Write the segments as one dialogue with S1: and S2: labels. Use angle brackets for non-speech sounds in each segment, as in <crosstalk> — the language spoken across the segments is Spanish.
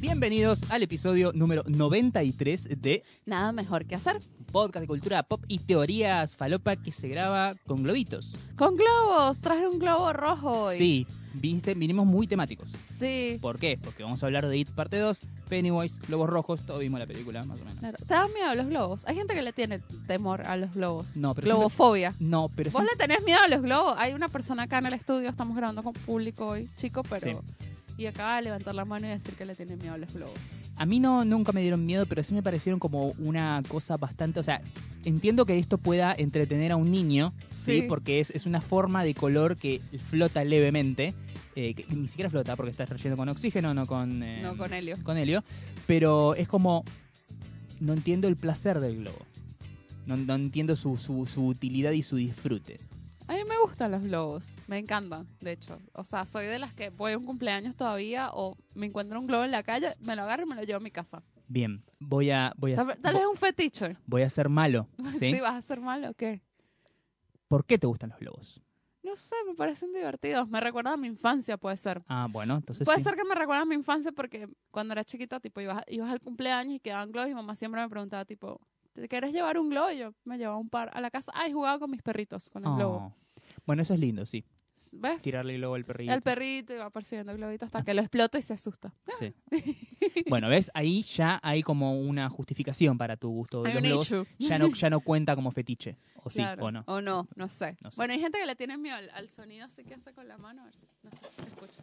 S1: Bienvenidos al episodio número 93 de
S2: Nada mejor que hacer.
S1: Podcast de Cultura Pop y Teorías Falopa que se graba con globitos.
S2: Con globos, traje un globo rojo hoy.
S1: Sí, viste, vinimos muy temáticos.
S2: Sí.
S1: ¿Por qué? Porque vamos a hablar de It Parte 2, Pennywise, Globos Rojos, todos vimos la película, más o menos.
S2: Claro. ¿Te da miedo a los globos? Hay gente que le tiene temor a los globos.
S1: No, pero
S2: Globofobia.
S1: No, pero
S2: Vos
S1: sí-
S2: le tenés miedo a los globos. Hay una persona acá en el estudio, estamos grabando con público hoy, chico, pero. Y acaba de levantar la mano y decir que le tiene miedo a los globos.
S1: a mí no, nunca me dieron miedo, pero sí me parecieron como una cosa bastante... O sea, entiendo que esto pueda entretener a un niño, ¿sí?
S2: Sí.
S1: Porque es, es una forma de color que flota levemente. eh, que ni siquiera flota porque está relleno con oxígeno, no con... eh,
S2: No con Helio.
S1: con Helio, pero es como, no entiendo el placer del globo. No, no entiendo su, su- su utilidad y su disfrute.
S2: A mí me gustan los globos, me encantan, de hecho. O sea, soy de las que voy a un cumpleaños todavía o me encuentro un globo en la calle, me lo agarro y me lo llevo a mi casa.
S1: Bien, voy a, voy a,
S2: Tal, tal vez es un fetiche.
S1: voy a ser
S2: <laughs>
S1: malo.
S2: ¿Sí?
S1: ¿sí?
S2: vas a ser malo o qué?
S1: ¿Por qué te gustan los globos?
S2: No sé, me parecen divertidos. Me recuerda a mi infancia, puede ser.
S1: Ah, bueno, entonces
S2: puede
S1: sí.
S2: ser que me recuerda a mi infancia porque cuando era chiquita, tipo, ibas, ibas al cumpleaños y quedaban globos y mamá siempre me preguntaba, tipo, ¿te quieres llevar un globo? Y yo me llevaba un par a la casa. Ay, jugaba con mis perritos, con el
S1: Oh.
S2: globo.
S1: Bueno, eso es lindo, sí.
S2: ¿Ves?
S1: Tirarle el globo al perrito.
S2: El perrito iba persiguiendo el globito
S1: Ah.
S2: hasta que lo explota y se asusta. <laughs>
S1: Sí. bueno, ¿ves? Ahí ya hay como una justificación para tu gusto. de
S2: Hay
S1: los
S2: un
S1: globos
S2: issue.
S1: ya no,
S2: <laughs>
S1: ya no cuenta como fetiche. O sí,
S2: Claro.
S1: o no.
S2: O no, no sé.
S1: No sé.
S2: Bueno, hay gente que le tiene miedo al, al sonido, así que hace con la mano. A ver si, no sé si se escucha.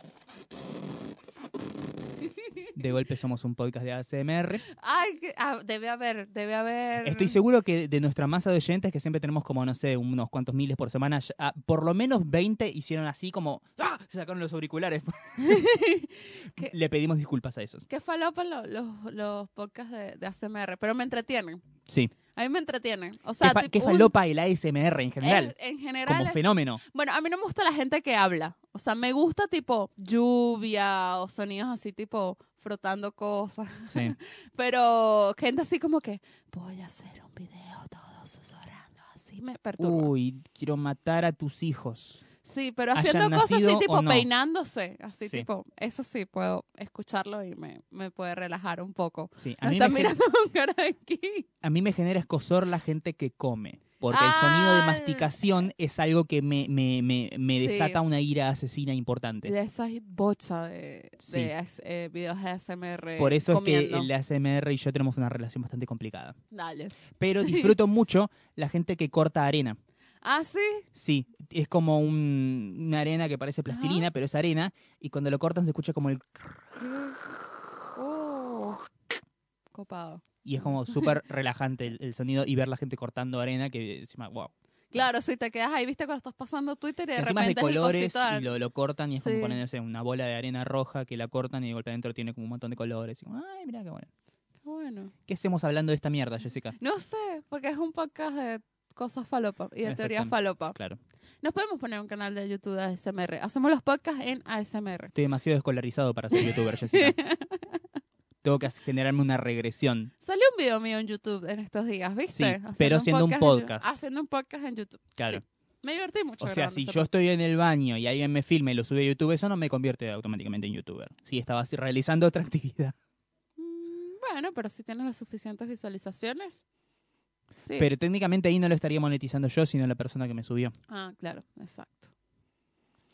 S1: De golpe somos un podcast de ASMR.
S2: Ay, que- ah, debe haber, debe haber.
S1: Estoy seguro que de nuestra masa de oyentes, que siempre tenemos como, no sé, unos cuantos miles por semana, ya- ah, por lo menos 20 hicieron así como, ¡ah! Se sacaron los auriculares.
S2: <laughs> ¿Qué?
S1: Le pedimos disculpas a esos.
S2: Qué falopa lo- los, los podcasts de, de ASMR, pero me entretienen.
S1: Sí.
S2: A mí me entretienen. O sea,
S1: qué, fa-
S2: tipo,
S1: qué
S2: un-
S1: falopa el ASMR en general,
S2: es- en general.
S1: como
S2: es-
S1: fenómeno.
S2: Bueno, a mí no me gusta la gente que habla. O sea, me gusta tipo lluvia o sonidos así tipo frotando cosas. <laughs>
S1: Sí.
S2: Pero gente así como que voy a hacer un video todo susurrando. Así me perturba.
S1: Uy, quiero matar a tus hijos.
S2: Sí, pero
S1: hayan
S2: haciendo cosas
S1: nacido
S2: así
S1: o
S2: tipo
S1: no.
S2: peinándose. Así
S1: Sí.
S2: tipo, eso sí, puedo escucharlo y me, me puede relajar un poco.
S1: Sí, a
S2: Me
S1: mí me,
S2: están
S1: gen-
S2: mirando con cara de aquí.
S1: a mí me genera escosor la gente que come. Porque
S2: Ah.
S1: el sonido de masticación es algo que me, me- me- me
S2: Sí.
S1: desata una ira asesina importante.
S2: De esas bocha de,
S1: Sí.
S2: de as- eh, videos de ASMR.
S1: Por eso es que
S2: comiendo.
S1: el ASMR y yo tenemos una relación bastante complicada.
S2: Dale.
S1: pero disfruto <laughs> mucho la gente que corta arena.
S2: Ah, sí.
S1: Sí, es como un- una arena que parece
S2: Ah.
S1: plastilina, pero es arena, y cuando lo cortan se escucha como el...
S2: Oh. Copado.
S1: Y es
S2: <laughs>
S1: como súper relajante el, el sonido y ver la gente cortando arena, que encima, wow.
S2: Claro, si te quedas ahí, viste, cuando estás pasando Twitter y de
S1: Encima es de
S2: repente es el
S1: colores
S2: cosito de-
S1: y lo, lo cortan y es como
S2: Sí.
S1: poner, no sé, una bola de arena roja que la cortan y de golpe adentro tiene como un montón de colores. Y como, ay, mira qué bueno.
S2: Ah, Bueno.
S1: ¿Qué hacemos hablando de esta mierda, Jessica?
S2: No sé, porque es un podcast de cosas falopa y de teoría
S1: Exactamente.
S2: falopa.
S1: Claro,
S2: Nos podemos poner un canal de YouTube de ASMR. Hacemos los podcasts en ASMR.
S1: estoy demasiado escolarizado para ser youtuber,
S2: <laughs>
S1: Jessica. Tengo que generarme una regresión.
S2: Salió un video mío en YouTube en estos días, ¿viste?
S1: Sí, pero siendo un
S2: en Yo-
S1: podcast.
S2: haciendo un podcast en YouTube.
S1: Claro.
S2: Sí. Me divertí mucho.
S1: O sea,
S2: grabando
S1: si
S2: ese
S1: yo estoy en el baño y alguien me filma y lo sube a YouTube, eso no me convierte automáticamente en youtuber. Sí, estaba así realizando otra <laughs> actividad.
S2: Mm, Bueno, pero si tienes las suficientes visualizaciones. Sí.
S1: Pero técnicamente ahí no lo estaría monetizando yo, sino la persona que me subió.
S2: ah, claro, exacto.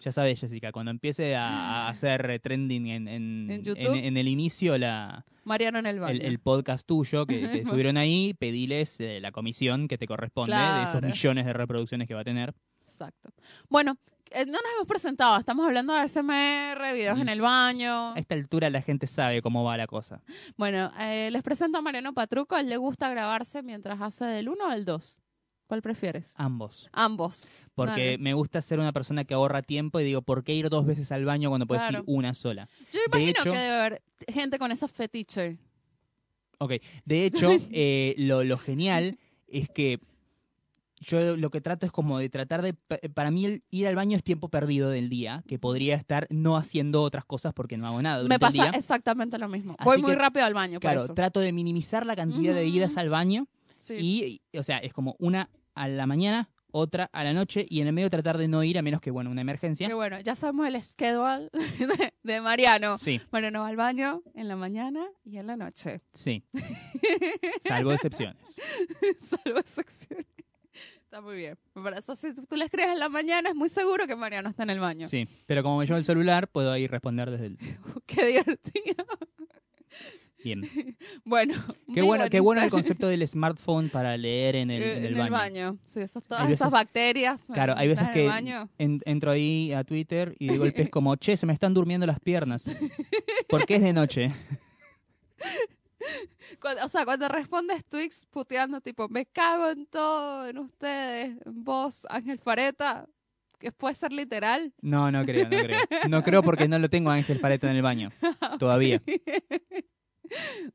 S1: Ya sabes, Jessica, cuando empiece
S2: <gasps>
S1: a, a hacer eh, trending en, en-
S2: ¿En YouTube?
S1: en- en el inicio la,
S2: Mariano en el baño.
S1: el, el podcast tuyo
S2: <laughs>
S1: que, que subieron ahí, pediles eh, la comisión que te corresponde de esos
S2: Claro.
S1: millones de reproducciones que va a tener.
S2: Exacto. Bueno, eh, no nos hemos presentado. Estamos hablando de ASMR, videos en el baño.
S1: A esta altura la gente sabe cómo va la cosa.
S2: Bueno, eh, les presento a Mariano Patruco. A él le gusta grabarse mientras hace del 1 o del 2. ¿Cuál prefieres?
S1: Ambos.
S2: Ambos.
S1: Porque
S2: Dale.
S1: me gusta ser una persona que ahorra tiempo y digo, ¿por qué ir dos veces al baño cuando puedes ir
S2: Claro.
S1: una sola?
S2: Yo imagino
S1: hecho-
S2: que debe haber gente con esos fetiches.
S1: Ok, de hecho,
S2: <laughs>
S1: eh, lo, lo genial es que yo lo que trato es como de tratar de, pa- eh, para mí el ir al baño es tiempo perdido del día, que podría estar no haciendo otras cosas porque no hago nada
S2: Me
S1: durante
S2: pasa
S1: el día.
S2: exactamente lo mismo.
S1: Así
S2: Voy
S1: que-
S2: muy rápido al baño, por
S1: Claro,
S2: eso.
S1: trato de minimizar la cantidad de
S2: Ujú.
S1: idas al baño
S2: Sí.
S1: y, y, o sea, es como una a la mañana, otra a la noche y en el medio tratar de no ir a menos que, bueno, una emergencia.
S2: Que bueno, ya sabemos el schedule <laughs> de, de Mariano.
S1: Sí,
S2: Mariano va al baño en la mañana y en la noche. <laughs>
S1: sí. Salvo excepciones.
S2: Salvo excepciones. Está muy bien. Para eso, si tú tú le escribes en la mañana, es muy seguro que Mariano está en el baño.
S1: Sí, pero como me llevo el celular, puedo ahí responder desde el...
S2: <laughs> Qué divertido.
S1: <laughs> Bien.
S2: Bueno.
S1: Qué
S2: vivo
S1: bueno,
S2: en
S1: qué bueno el
S2: Instagram. <laughs>
S1: concepto del smartphone para leer en el,
S2: Eh,
S1: en el baño.
S2: Sí, esas, todas
S1: Hay
S2: esas
S1: veces-
S2: bacterias.
S1: Claro, hay veces
S2: malditas en
S1: que
S2: el baño.
S1: en- entro ahí a Twitter y de golpe es como, che, se me están durmiendo las <laughs> piernas. Porque es de noche.
S2: Cuando- o sea, cuando respondes tweets puteando, tipo, me cago en todo, en ustedes, en vos, Ángel Fareta, que puede ser literal.
S1: No, no creo, no creo. No creo porque no lo tengo a Ángel Fareta en el baño. Todavía.
S2: <laughs>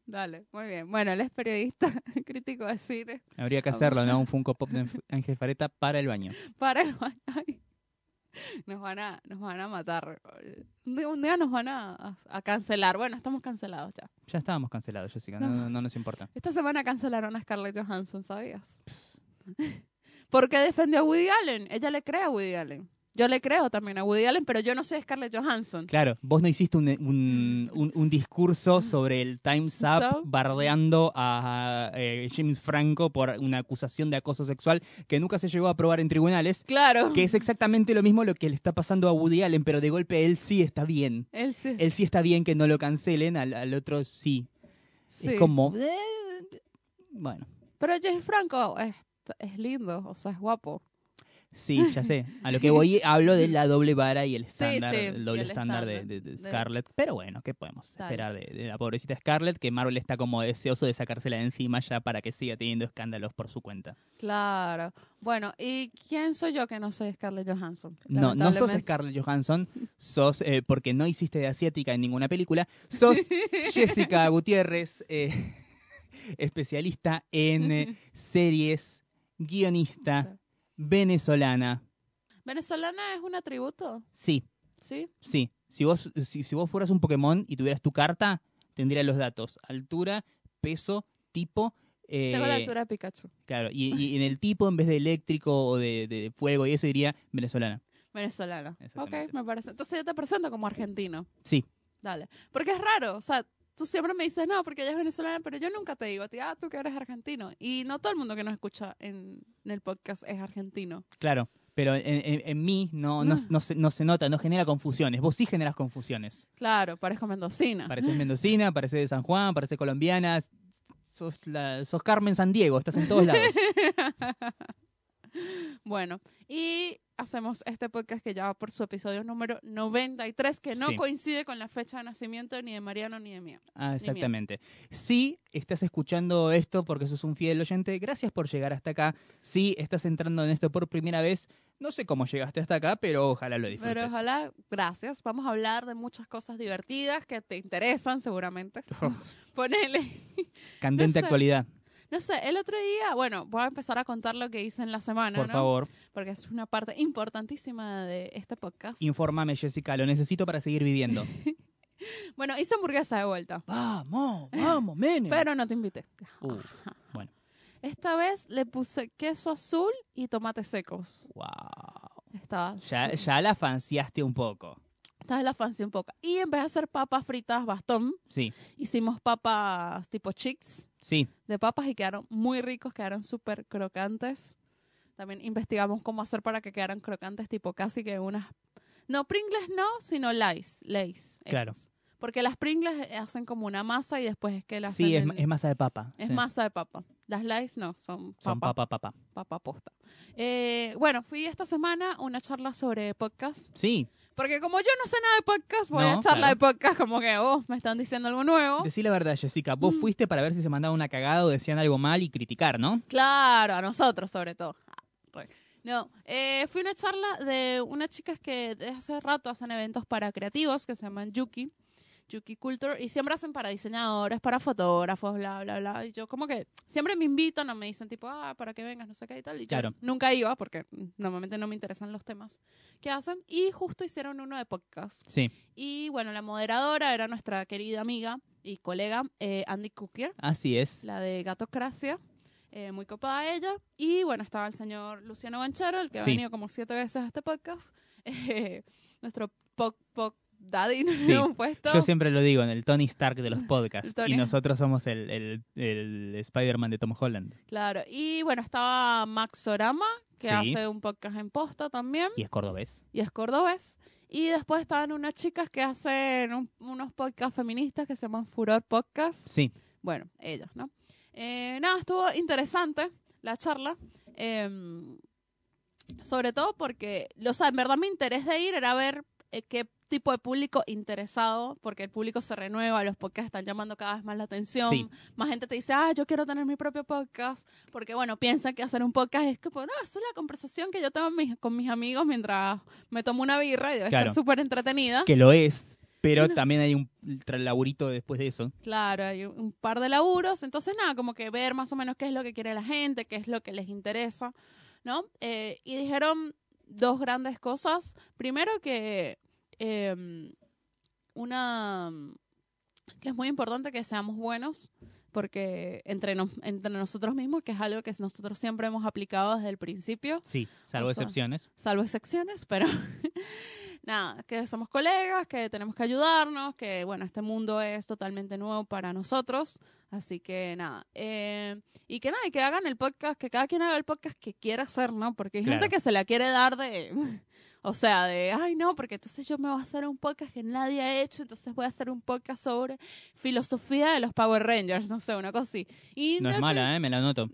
S2: Dale, muy bien. Bueno, él es periodista, <laughs> crítico de cine,
S1: Habría <laughs> que hacerlo, ¿no? Un Funko Pop de Ángel Fareta para el baño.
S2: para <laughs> el baño. Ay, Nos van a, nos van a matar. Un día, un día nos van a, a- a cancelar. Bueno, estamos cancelados ya.
S1: Ya estábamos cancelados, Jessica. No, no, no nos importa.
S2: Esta semana cancelaron a Scarlett Johansson, ¿sabías? <laughs> Porque defendió a Woody Allen. Ella le cree a Woody Allen. Yo le creo también a Woody Allen, pero yo no soy Scarlett Johansson.
S1: Claro, vos no hiciste un, un- un- un discurso sobre el Time's Up
S2: So-
S1: bardeando a eh, James Franco por una acusación de acoso sexual que nunca se llegó a probar en tribunales.
S2: Claro.
S1: Que es exactamente lo mismo lo que le está pasando a Woody Allen, pero de golpe él sí está bien.
S2: Él sí.
S1: Él sí está bien que no lo cancelen, al, al otro sí.
S2: sí.
S1: Es como... eh, Bueno,
S2: Pero James Franco es, es lindo, o sea, es guapo.
S1: sí, ya sé. A lo que
S2: <laughs>
S1: voy hablo de la doble vara y el
S2: Sí,
S1: estándar,
S2: sí,
S1: el doble
S2: y el
S1: estándar de,
S2: estándar
S1: de- de
S2: de-
S1: Scarlett. Pero bueno, ¿qué podemos
S2: Dale.
S1: esperar de, de la pobrecita Scarlett? Que Marvel está como deseoso de sacársela de encima ya para que siga teniendo escándalos por su cuenta.
S2: Claro. Bueno, ¿y quién soy yo que no soy Scarlett Johansson?
S1: No, no sos
S2: Lamentablemente.
S1: Scarlett Johansson, sos, eh, porque no hiciste de asiática en ninguna película,
S2: <laughs>
S1: sos Jessica Gutiérrez, eh, <laughs> especialista en
S2: <laughs>
S1: eh, series, guionista, venezolana.
S2: Venezolana es un atributo,
S1: Sí,
S2: ¿sí?
S1: sí. Si vos, si, si vos fueras un Pokémon y tuvieras tu carta, tendrías los datos: altura, peso, tipo. eh,
S2: Tengo la altura de Pikachu.
S1: Claro, y, y en el tipo, en vez de eléctrico o de, de fuego y eso, diría venezolana.
S2: Venezolana. Ok,
S1: Exactamente.
S2: me parece. Entonces yo te presento como argentino.
S1: Sí,
S2: Dale. Porque es raro, o sea, tú siempre me dices, no, porque ella es venezolana, pero yo nunca te digo a ti, ah, tú que eres argentino. Y no todo el mundo que nos escucha en, en el podcast es argentino.
S1: Claro, pero en, en- en mí no, no,
S2: No.
S1: no se, no se nota, no genera confusiones. Vos sí generas confusiones.
S2: Claro, parezco mendocina.
S1: Pareces mendocina, pareces de San Juan, pareces colombiana. Sos, la- sos Carmen San Diego, estás en todos lados.
S2: <laughs> bueno, y hacemos este podcast que ya va por su episodio número 93, que no
S1: Sí.
S2: coincide con la fecha de nacimiento ni de Mariano ni de mía.
S1: Ah, exactamente. Si estás escuchando esto porque sos un fiel oyente, gracias por llegar hasta acá. Si estás entrando en esto por primera vez, no sé cómo llegaste hasta acá, pero ojalá lo disfrutes.
S2: Pero
S1: <laughs>
S2: ojalá, gracias. Vamos a hablar de muchas cosas divertidas que te interesan seguramente. Ponele.
S1: Oh,
S2: <laughs>
S1: Candente
S2: No sé.
S1: actualidad,
S2: No sé, el otro día, bueno, voy a empezar a contar lo que hice en la semana,
S1: por
S2: ¿no?
S1: favor.
S2: porque es una parte importantísima de este podcast.
S1: Infórmame, Jessica, lo necesito para seguir viviendo.
S2: <laughs> Bueno, hice hamburguesa de vuelta,
S1: vamos, vamos, men.
S2: pero no te invité.
S1: Uh,
S2: Esta vez le puse queso azul y tomates secos.
S1: wow.
S2: Estaba,
S1: Ya,
S2: su-
S1: ya la fanciaste un poco.
S2: estaba la fancy un poco. Y en vez de hacer papas fritas bastón,
S1: Sí,
S2: hicimos papas tipo chicks
S1: sí.
S2: de papas y quedaron muy ricos, quedaron súper crocantes. También investigamos cómo hacer para que quedaran crocantes, tipo casi que unas... No Pringles no, sino Lays. Lays. esas.
S1: Claro.
S2: Porque las Pringles eh, hacen como una masa y después es que las
S1: Sí, es, ma- es masa de papa.
S2: Es
S1: sí.
S2: masa de papa. Las lights no, son papa,
S1: Son
S2: papa.
S1: papa, papa.
S2: posta. Eh, bueno, fui esta semana a una charla sobre podcast.
S1: Sí,
S2: Porque como yo no sé nada de podcast, voy
S1: No,
S2: a charla
S1: claro.
S2: de podcast como que, oh, me están diciendo algo nuevo.
S1: decí la verdad, Jessica. Vos
S2: Mm.
S1: fuiste para ver si se mandaba una cagada o decían algo mal y criticar, ¿no?
S2: Claro, a nosotros sobre todo. Ah, re. No, eh, fui a una charla de unas chicas que desde hace rato hacen eventos para creativos que se llaman Yuki, Yuki Culture, y siempre hacen para diseñadores, para fotógrafos, bla, bla, bla. Y yo como que siempre me invitan o me dicen tipo, ah, para que vengas, no sé qué y tal. Y yo
S1: Claro.
S2: nunca iba porque mm, normalmente no me interesan los temas que hacen. Y justo hicieron uno de podcast.
S1: Sí.
S2: Y bueno, la moderadora era nuestra querida amiga y colega eh, Andy Cookier
S1: Así es.
S2: la de Gatocracia. eh, muy copada ella. Y bueno, estaba el señor Luciano Banchero, el que ha
S1: Sí.
S2: venido como siete veces a este podcast. <laughs> Eh, nuestro Poc Poc Daddy nos <laughs>
S1: Sí.
S2: hemos puesto.
S1: Yo siempre lo digo, en el Tony Stark
S2: <laughs>
S1: de los podcasts.
S2: Tony.
S1: Y nosotros somos el, el, el Spider-Man de Tom Holland.
S2: Claro. Y bueno, estaba Max Sorama, que
S1: Sí.
S2: hace un podcast en posta también.
S1: Y es cordobés.
S2: y es cordobés. Y después estaban unas chicas que hacen un- unos podcasts feministas que se llaman Furor Podcast.
S1: Sí.
S2: Bueno, ellas, ¿no? Eh, nada, estuvo interesante la charla. em, sobre todo porque, lo- o sea, en verdad mi interés de ir era ver eh, qué tipo de público interesado, porque el público se renueva, los podcasts están llamando cada vez más la atención,
S1: Sí.
S2: más gente te dice, ah, yo quiero tener mi propio podcast, porque bueno, piensan que hacer un podcast es como, no, eso es la conversación que yo tengo mis- con mis amigos mientras me tomo una birra y debe
S1: Claro.
S2: ser súper entretenida.
S1: Que lo es. Pero
S2: Ah. Bueno.
S1: también hay un tra- laburito después de eso.
S2: Claro, hay un- un par de laburos. Entonces, nada, como que ver más o menos qué es lo que quiere la gente, qué es lo que les interesa, ¿no? Eh, y dijeron dos grandes cosas. Primero que eh, una que es muy importante que seamos buenos porque entre, nos- entre nosotros mismos, que es algo que nosotros siempre hemos aplicado desde el principio,
S1: Sí, salvo
S2: O sea,
S1: excepciones.
S2: salvo excepciones, pero <laughs> nada, que somos colegas, que tenemos que ayudarnos, que bueno, este mundo es totalmente nuevo para nosotros, así que nada. eh, y que nada, y que hagan el podcast, que cada quien haga el podcast que quiera hacer, ¿no? Porque hay gente
S1: Claro.
S2: que se la quiere dar de... <laughs> O sea, de, ay no, porque entonces yo me voy a hacer un podcast que nadie ha hecho, entonces voy a hacer un podcast sobre filosofía de los Power Rangers, no sé, una cosa así. Y
S1: No
S2: al
S1: es mala, ¿eh? Me la
S2: <laughs>
S1: noto.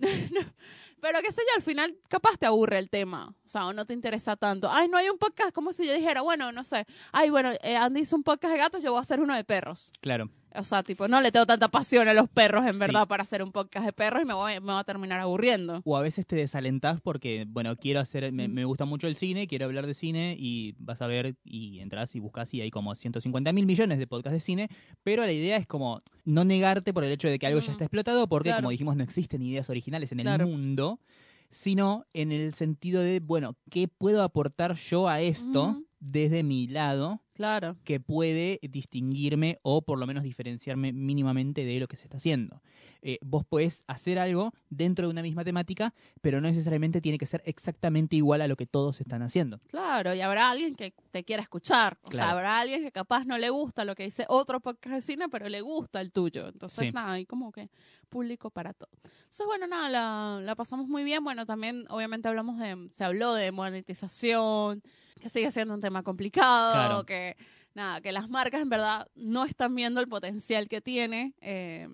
S2: pero qué sé yo, al final capaz te aburre el tema, o sea, o no te interesa tanto. Ay, no hay un podcast, como si yo dijera, bueno, no sé, ay, bueno, eh, Andy hizo un podcast de gatos, yo voy a hacer uno de perros.
S1: Claro.
S2: O sea, tipo, no le tengo tanta pasión a los perros, en
S1: Sí.
S2: verdad, para hacer un podcast de perros y me voy, me va a terminar aburriendo.
S1: O a veces te desalentás porque, bueno, quiero hacer, me,
S2: Mm.
S1: me gusta mucho el cine, quiero hablar de cine y vas a ver y entras y buscas y hay como 150 mil millones de podcasts de cine, pero la idea es como no negarte por el hecho de que algo
S2: Mm.
S1: ya está explotado porque,
S2: Claro.
S1: como dijimos, no existen ideas originales en el
S2: Claro.
S1: mundo, sino en el sentido de, bueno, ¿qué puedo aportar yo a esto
S2: Ujú.
S1: desde mi lado?
S2: Claro,
S1: que puede distinguirme o por lo menos diferenciarme mínimamente de lo que se está haciendo. Eh, vos podés hacer algo dentro de una misma temática, pero no necesariamente tiene que ser exactamente igual a lo que todos están haciendo.
S2: claro, y habrá alguien que te quiera escuchar, o sea,
S1: Claro.
S2: habrá alguien que capaz no le gusta lo que dice otro podcast de cine, pero le gusta el tuyo. Entonces,
S1: Sí.
S2: nada, hay como que público para todo. Entonces, bueno, nada, la, la pasamos muy bien. Bueno, también obviamente hablamos de, se habló de monetización, que sigue siendo un tema complicado,
S1: Claro.
S2: que nada, que las marcas en verdad no están viendo el potencial que tiene. eh,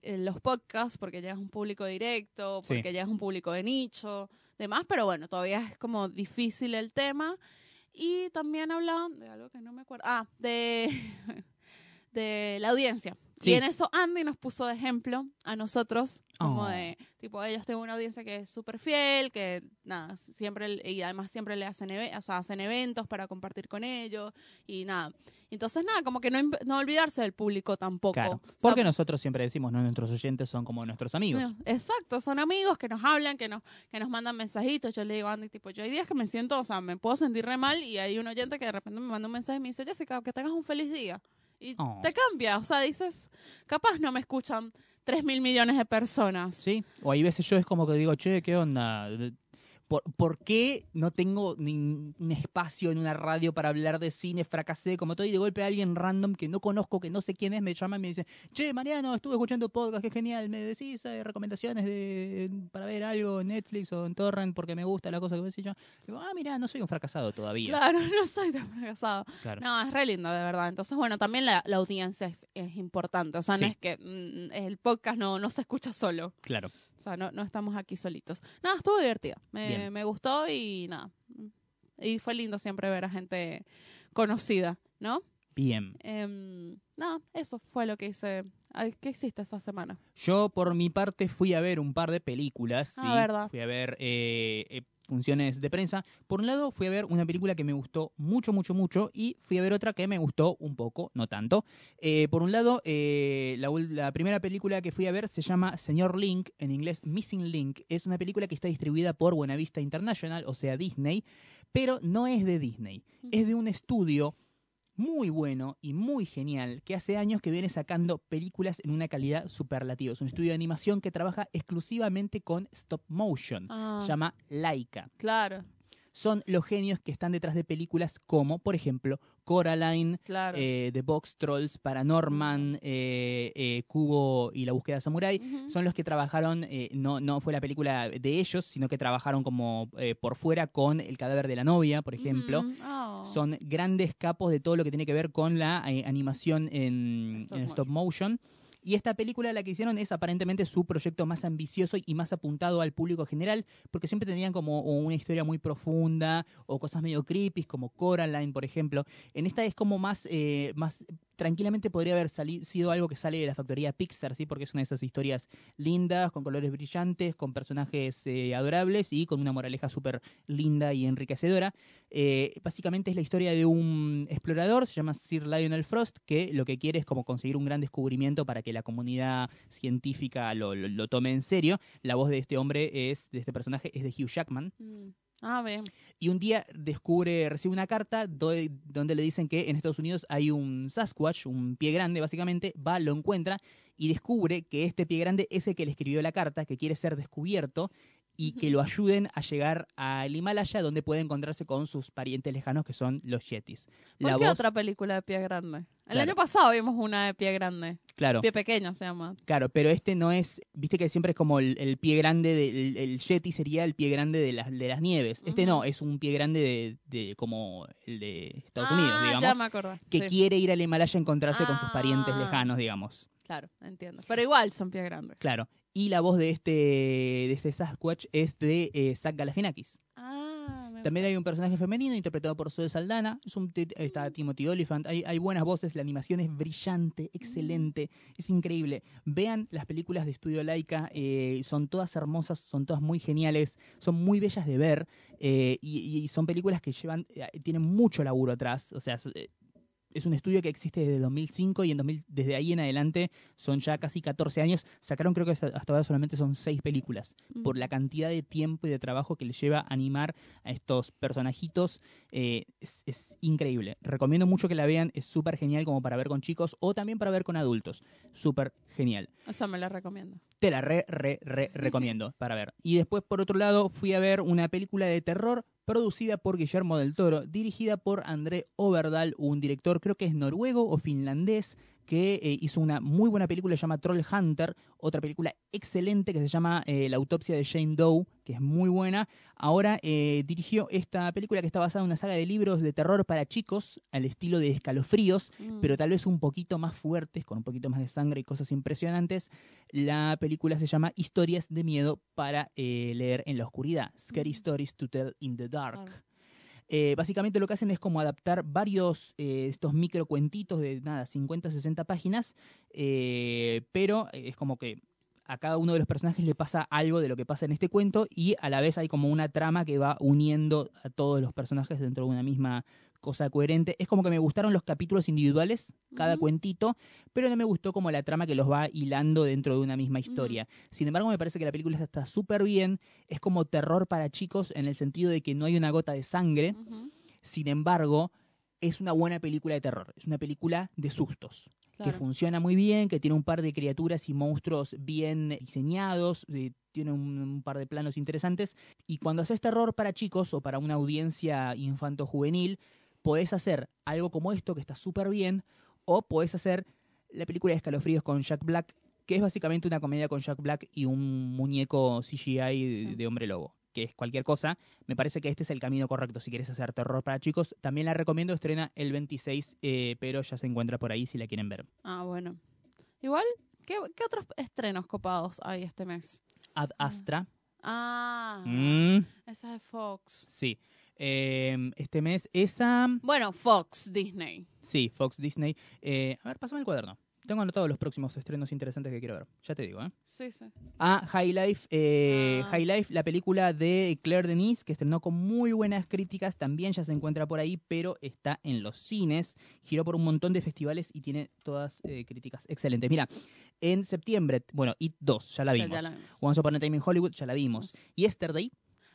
S2: en los podcasts, porque ya es un público directo,
S1: Sí.
S2: porque ya es un público de nicho, demás, pero bueno, todavía es como difícil el tema. Y también hablaban de algo que no me acuerdo. Ah, de, <laughs> de la audiencia.
S1: Sí.
S2: Y en eso Andy nos puso de ejemplo a nosotros, como
S1: Oh.
S2: de, tipo, ellos tienen una audiencia que es súper fiel, que nada, siempre, le- y además siempre le hacen, eve- o sea, hacen eventos para compartir con ellos, y nada. Entonces, nada, como que no, im- no olvidarse del público tampoco.
S1: Claro.
S2: O sea,
S1: Porque nosotros siempre decimos, no, nuestros oyentes son como nuestros amigos.
S2: no, Exacto, son amigos que nos hablan, que nos, que nos mandan mensajitos. Yo le digo a Andy, tipo, yo hay días que me siento, o sea, me puedo sentir re mal y hay un oyente que de repente me manda un mensaje y me dice, Jessica, que tengas un feliz día. Y
S1: Oh.
S2: te cambia, o sea, dices, capaz no me escuchan 3 mil millones de personas.
S1: Sí. O hay veces yo es como que digo, che, ¿qué onda? De- ¿Por, por qué no tengo ni un espacio en una radio para hablar de cine? Fracasé como todo y de golpe alguien random que no conozco, que no sé quién es, me llama y me dice, che, Mariano, estuve escuchando podcast, qué genial, me decís eh, recomendaciones de, para ver algo en Netflix o en Torrent porque me gusta la cosa que ves y yo. Digo, ah, mira, no soy un fracasado todavía.
S2: Claro, <laughs> no soy tan fracasado.
S1: Claro.
S2: No, es re lindo, de verdad. Entonces, bueno, también la, la audiencia es, es importante. O sea,
S1: Sí.
S2: no es que mm, el podcast no, no se escucha solo.
S1: claro.
S2: O sea, no, no estamos aquí solitos. Nada, estuvo divertido. Me,
S1: Bien.
S2: me gustó y nada. Y fue lindo siempre ver a gente conocida, ¿no?
S1: Bien.
S2: Em, nada, eso fue lo que hice. Ay, ¿Qué hiciste esta semana?
S1: Yo, por mi parte, fui a ver un par de películas.
S2: Ah,
S1: ¿sí?
S2: verdad.
S1: Fui a ver eh, eh, funciones de prensa. Por un lado, fui a ver una película que me gustó mucho, mucho, mucho. Y fui a ver otra que me gustó un poco, no tanto. Eh, por un lado, eh, la, ul- la primera película que fui a ver se llama Señor Link, en inglés Missing Link. Es una película que está distribuida por Buenavista International, o sea, Disney. Pero no es de Disney. Es de un estudio muy bueno y muy genial que hace años que viene sacando películas en una calidad superlativa. Es un estudio de animación que trabaja exclusivamente con stop motion.
S2: Ah,
S1: Se llama Laika.
S2: Claro,
S1: Son los genios que están detrás de películas como, por ejemplo, Coraline,
S2: claro.
S1: eh, The Box Trolls, Paranorman, eh, eh, Cubo y La Búsqueda Samurai.
S2: Ujú.
S1: Son los que trabajaron, eh, no, no fue la película de ellos, sino que trabajaron como eh, por fuera con El cadáver de la novia, por ejemplo.
S2: Ujú. Oh.
S1: Son grandes capos de todo lo que tiene que ver con la eh, animación en en
S2: Stop
S1: stop, motion. Y esta película la que hicieron es aparentemente su proyecto más ambicioso y más apuntado al público general, porque siempre tenían como una historia muy profunda o cosas medio creepy, como Coraline, por ejemplo. En esta es como más, eh, más tranquilamente podría haber sali- sido algo que sale de la factoría Pixar, ¿sí? porque es una de esas historias lindas, con colores brillantes, con personajes eh, adorables y con una moraleja súper linda y enriquecedora. Eh, básicamente es la historia de un explorador, se llama Sir Lionel Frost, que lo que quiere es como conseguir un gran descubrimiento para que la comunidad científica lo, lo- lo tome en serio. La voz de este hombre es, de este personaje, es de Hugh Jackman.
S2: Mm. Ah, bien.
S1: Y un día descubre, recibe una carta do- donde le dicen que en Estados Unidos hay un Sasquatch, un pie grande básicamente, va, lo encuentra y descubre que este pie grande es el que le escribió la carta, que quiere ser descubierto y que lo ayuden a llegar al Himalaya donde puede encontrarse con sus parientes lejanos que son los Yetis.
S2: ¿Por
S1: La
S2: qué
S1: voz,
S2: otra película de pie grande? El
S1: Claro.
S2: año pasado vimos una de pie grande.
S1: claro,
S2: Pie pequeño se llama.
S1: claro, pero este no es, viste que siempre es como el, el pie grande, del, el Yeti sería el pie grande de las, de las nieves. Este
S2: Ujú.
S1: no, es un pie grande de, de como el de Estados
S2: ah,
S1: Unidos, digamos.
S2: ya me acordé.
S1: que
S2: Sí,
S1: quiere ir al Himalaya a encontrarse con sus parientes
S2: Ah.
S1: lejanos, digamos.
S2: Claro, entiendo. Pero igual son pie grandes.
S1: Claro. Y la voz de este, de este Sasquatch es de eh, Zach Galifianakis.
S2: Ah, me
S1: También hay un personaje femenino interpretado por Zoe Saldana. Es un tit- está Timothy Oliphant. Hay, hay buenas voces. La animación es brillante, excelente. Es increíble. Vean las películas de Estudio Laika. eh, son todas hermosas, son todas muy geniales. Son muy bellas de ver. eh, y, y son películas que llevan eh, tienen mucho laburo atrás. O sea, es, eh, es un estudio que existe desde 2005 y en 2000 desde ahí en adelante son ya casi 14 años. Sacaron creo que hasta hasta ahora solamente son 6 películas
S2: gusta.
S1: por la cantidad de tiempo y de trabajo que le lleva animar a estos personajitos. eh, es, es increíble. Recomiendo mucho que la vean. Es súper genial como para ver con chicos o también para ver con adultos. Súper genial.
S2: Eso me la recomiendo.
S1: Te la re, re, re recomiendo para ver. Y después, por otro lado, fui a ver una película de terror producida por Guillermo del Toro, dirigida por André Overdal, un director creo que es noruego o finlandés, que eh, hizo una muy buena película que se llama Troll Hunter, otra película excelente que se llama eh, La autopsia de Jane Doe, que es muy buena. Ahora eh, dirigió esta película que está basada en una saga de libros de terror para chicos, al estilo de escalofríos,
S2: Mm.
S1: pero tal vez un poquito más fuertes, con un poquito más de sangre y cosas impresionantes. La película se llama Historias de miedo para eh, leer en la oscuridad, Scary
S2: Mm.
S1: Stories to Tell in the Dark.
S2: Claro.
S1: Eh, básicamente lo que hacen es como adaptar varios eh, estos micro cuentitos de nada, 50, 60 páginas, eh, pero eh, es como que a cada uno de los personajes le pasa algo de lo que pasa en este cuento y a la vez hay como una trama que va uniendo a todos los personajes dentro de una misma cosa coherente. Es como que me gustaron los capítulos individuales, cada
S2: Ujú.
S1: cuentito, pero no me gustó como la trama que los va hilando dentro de una misma historia. Sin embargo, me parece que la película está súper bien. Es como terror para chicos en el sentido de que no hay una gota de sangre.
S2: Ujú,
S1: Sin embargo, es una buena película de terror. Es una película de sustos.
S2: claro.
S1: Que funciona muy bien, que tiene un par de criaturas y monstruos bien diseñados, eh, tiene un, un par de planos interesantes. Y cuando haces terror para chicos o para una audiencia infanto-juvenil, podés hacer algo como esto, que está súper bien, o podés hacer la película de escalofríos con Jack Black, que es básicamente una comedia con Jack Black y un muñeco CGI de-
S2: Sí.
S1: de hombre lobo, que es cualquier cosa. Me parece que este es el camino correcto si quieres hacer terror para chicos. También la recomiendo, estrena el 26, eh, pero ya se encuentra por ahí si la quieren ver.
S2: Ah, bueno. Igual, ¿qué, qué otros estrenos copados hay este mes?
S1: Ad Astra.
S2: Ah,
S1: Mm,
S2: esa es Fox.
S1: sí. Eh, este mes, esa.
S2: Bueno, Fox, Disney.
S1: Sí, Fox Disney. Eh, a ver, pasame el cuaderno. Tengo anotados los próximos estrenos interesantes que quiero ver. Ya te digo, ¿eh?
S2: Sí, sí.
S1: Ah, High Life, eh,
S2: Ah.
S1: High Life, la película de Claire Denis, que estrenó con muy buenas críticas, también ya se encuentra por ahí, pero está en los cines, giró por un montón de festivales y tiene todas eh, críticas excelentes. Mira, en septiembre, bueno, It 2, ya la
S2: Ya-
S1: vimos.
S2: ya la vimos.
S1: Once Upon a Time in Hollywood, ya la vimos. Yesterday,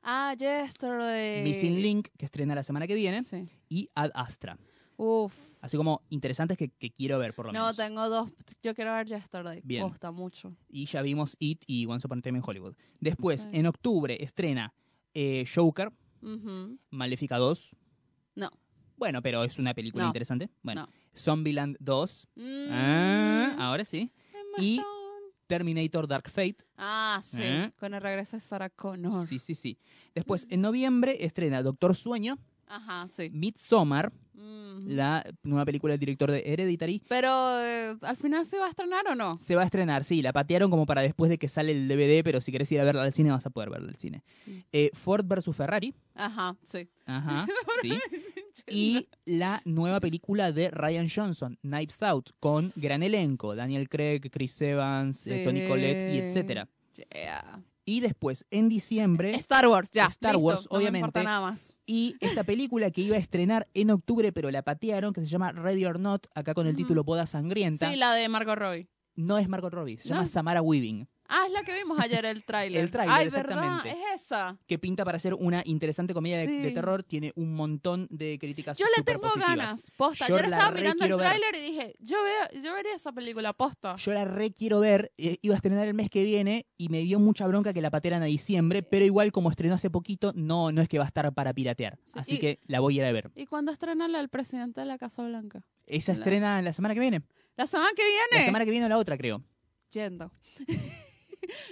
S2: Ah, Yesterday.
S1: ¿eh? Missing Link, que estrena la semana que viene,
S2: Eh, Sí.
S1: y Ad Astra.
S2: Uf.
S1: Así como interesantes que, que quiero ver, por lo
S2: No,
S1: menos.
S2: tengo dos. Yo quiero ver Yesterday.
S1: Bien.
S2: Me gusta mucho.
S1: Y ya vimos It y Once Upon a Time in Hollywood. Después,
S2: Sí.
S1: en octubre, estrena eh, Joker,
S2: Ujú.
S1: Maléfica 2.
S2: No.
S1: Bueno, pero es una película
S2: No.
S1: interesante. Bueno,
S2: No.
S1: Zombieland 2.
S2: Mm.
S1: Ah, ahora sí.
S2: Emma
S1: y-
S2: Stone.
S1: Terminator Dark Fate.
S2: Ah, sí.
S1: ¿Eh?
S2: Con el regreso de Sarah Connor.
S1: Sí, sí, sí. Después, en noviembre, estrena Doctor Sueño,
S2: Ajá, sí.
S1: Midsommar,
S2: Mm.
S1: la nueva película del director de Hereditary.
S2: Pero, eh, ¿al final se va a estrenar o no?
S1: Se va a estrenar, sí, la patearon como para después de que sale el DVD, pero si querés ir a verla al cine vas a poder verla al cine.
S2: Mm.
S1: Eh, Ford vs. Ferrari,
S2: Ajá, <laughs> sí.
S1: ajá, sí. Y la nueva película de Ryan Johnson, Knives Out, con gran elenco, Daniel Craig, Chris Evans, eh, Tony
S2: Sí.
S1: Collette y etcétera.
S2: Yeah.
S1: Y después, en diciembre,
S2: Star Wars, ya.
S1: Star
S2: listo,
S1: Wars,
S2: no me importa
S1: obviamente.
S2: nada más.
S1: Y esta película que iba a estrenar en octubre, pero la patearon, que se llama Ready or Not, acá con el
S2: Ujú.
S1: título Boda Sangrienta,
S2: Sí, la de Margot Robbie.
S1: no es Margot Robbie, se
S2: No.
S1: llama Samara Weaving,
S2: Ah, es la que vimos ayer, el tráiler.
S1: El tráiler,
S2: Ay,
S1: exactamente.
S2: ¿verdad? Es esa.
S1: que pinta para ser una interesante comedia de,
S2: Sí.
S1: de terror, tiene un montón de críticas
S2: Yo le
S1: súper
S2: tengo
S1: positivas.
S2: ganas. Posta.
S1: Yo
S2: Ayer
S1: la
S2: estaba
S1: re
S2: mirando el
S1: quiero ver.
S2: tráiler y dije, yo veo, yo vería esa película, posta.
S1: Yo la re quiero ver, eh, iba a estrenar el mes que viene y me dio mucha bronca que la patearan a diciembre, pero igual como estrenó hace poquito, no, no es que va a estar para piratear.
S2: Sí,
S1: Así
S2: y-
S1: que la voy a ir a ver.
S2: ¿Y cuándo estrena la del presidente de la Casa Blanca?
S1: Esa
S2: La-
S1: estrena la semana que viene.
S2: ¿La semana que
S1: La
S2: viene?
S1: semana que viene o la otra, creo.
S2: Yendo. <laughs>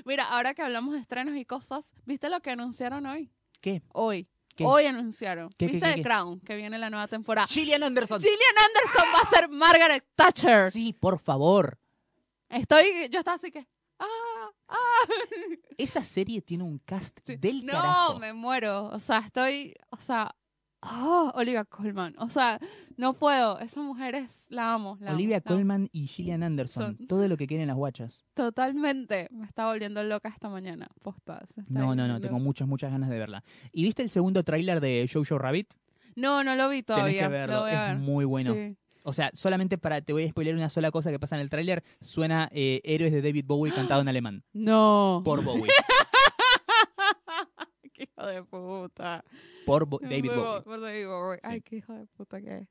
S2: Mira, ahora que hablamos de estrenos y cosas, ¿viste lo que anunciaron hoy?
S1: ¿Qué?
S2: Hoy.
S1: ¿Qué?
S2: Hoy anunciaron.
S1: ¿Qué, qué,
S2: ¿Viste
S1: qué,
S2: The
S1: qué?
S2: Crown? Que viene la nueva temporada.
S1: Gillian Anderson.
S2: Gillian Anderson va a ser Margaret Thatcher.
S1: Sí, por favor.
S2: Estoy, yo estaba así que. Ah, ah.
S1: Esa serie tiene un cast
S2: Sí.
S1: del
S2: no,
S1: carajo.
S2: me muero. O sea, estoy. O sea. ah, Olivia Colman. O sea, no puedo. Esa mujer es. La amo. la amo,
S1: Olivia
S2: la amo.
S1: Colman y Gillian Anderson.
S2: Son-
S1: Todo lo que quieren las guachas.
S2: Totalmente. Me está volviendo loca esta mañana. Posta. se está
S1: No, no, no.
S2: volviendo
S1: Tengo
S2: loca.
S1: muchas, muchas ganas de verla. ¿Y viste el segundo tráiler de Jojo Rabbit?
S2: No, no lo vi todavía.
S1: que verlo,
S2: lo voy a
S1: es
S2: ver.
S1: muy bueno.
S2: Sí.
S1: O sea, solamente para te voy a spoiler una sola cosa que pasa en el tráiler. Suena eh, Héroes de David
S2: ¡Ah!
S1: Bowie cantado en alemán.
S2: No.
S1: Por Bowie.
S2: <laughs> Qué hijo de puta.
S1: Por Bo- David
S2: Por-
S1: Bowie.
S2: por David Bowie. Ay,
S1: Sí.
S2: qué hijo de puta que es.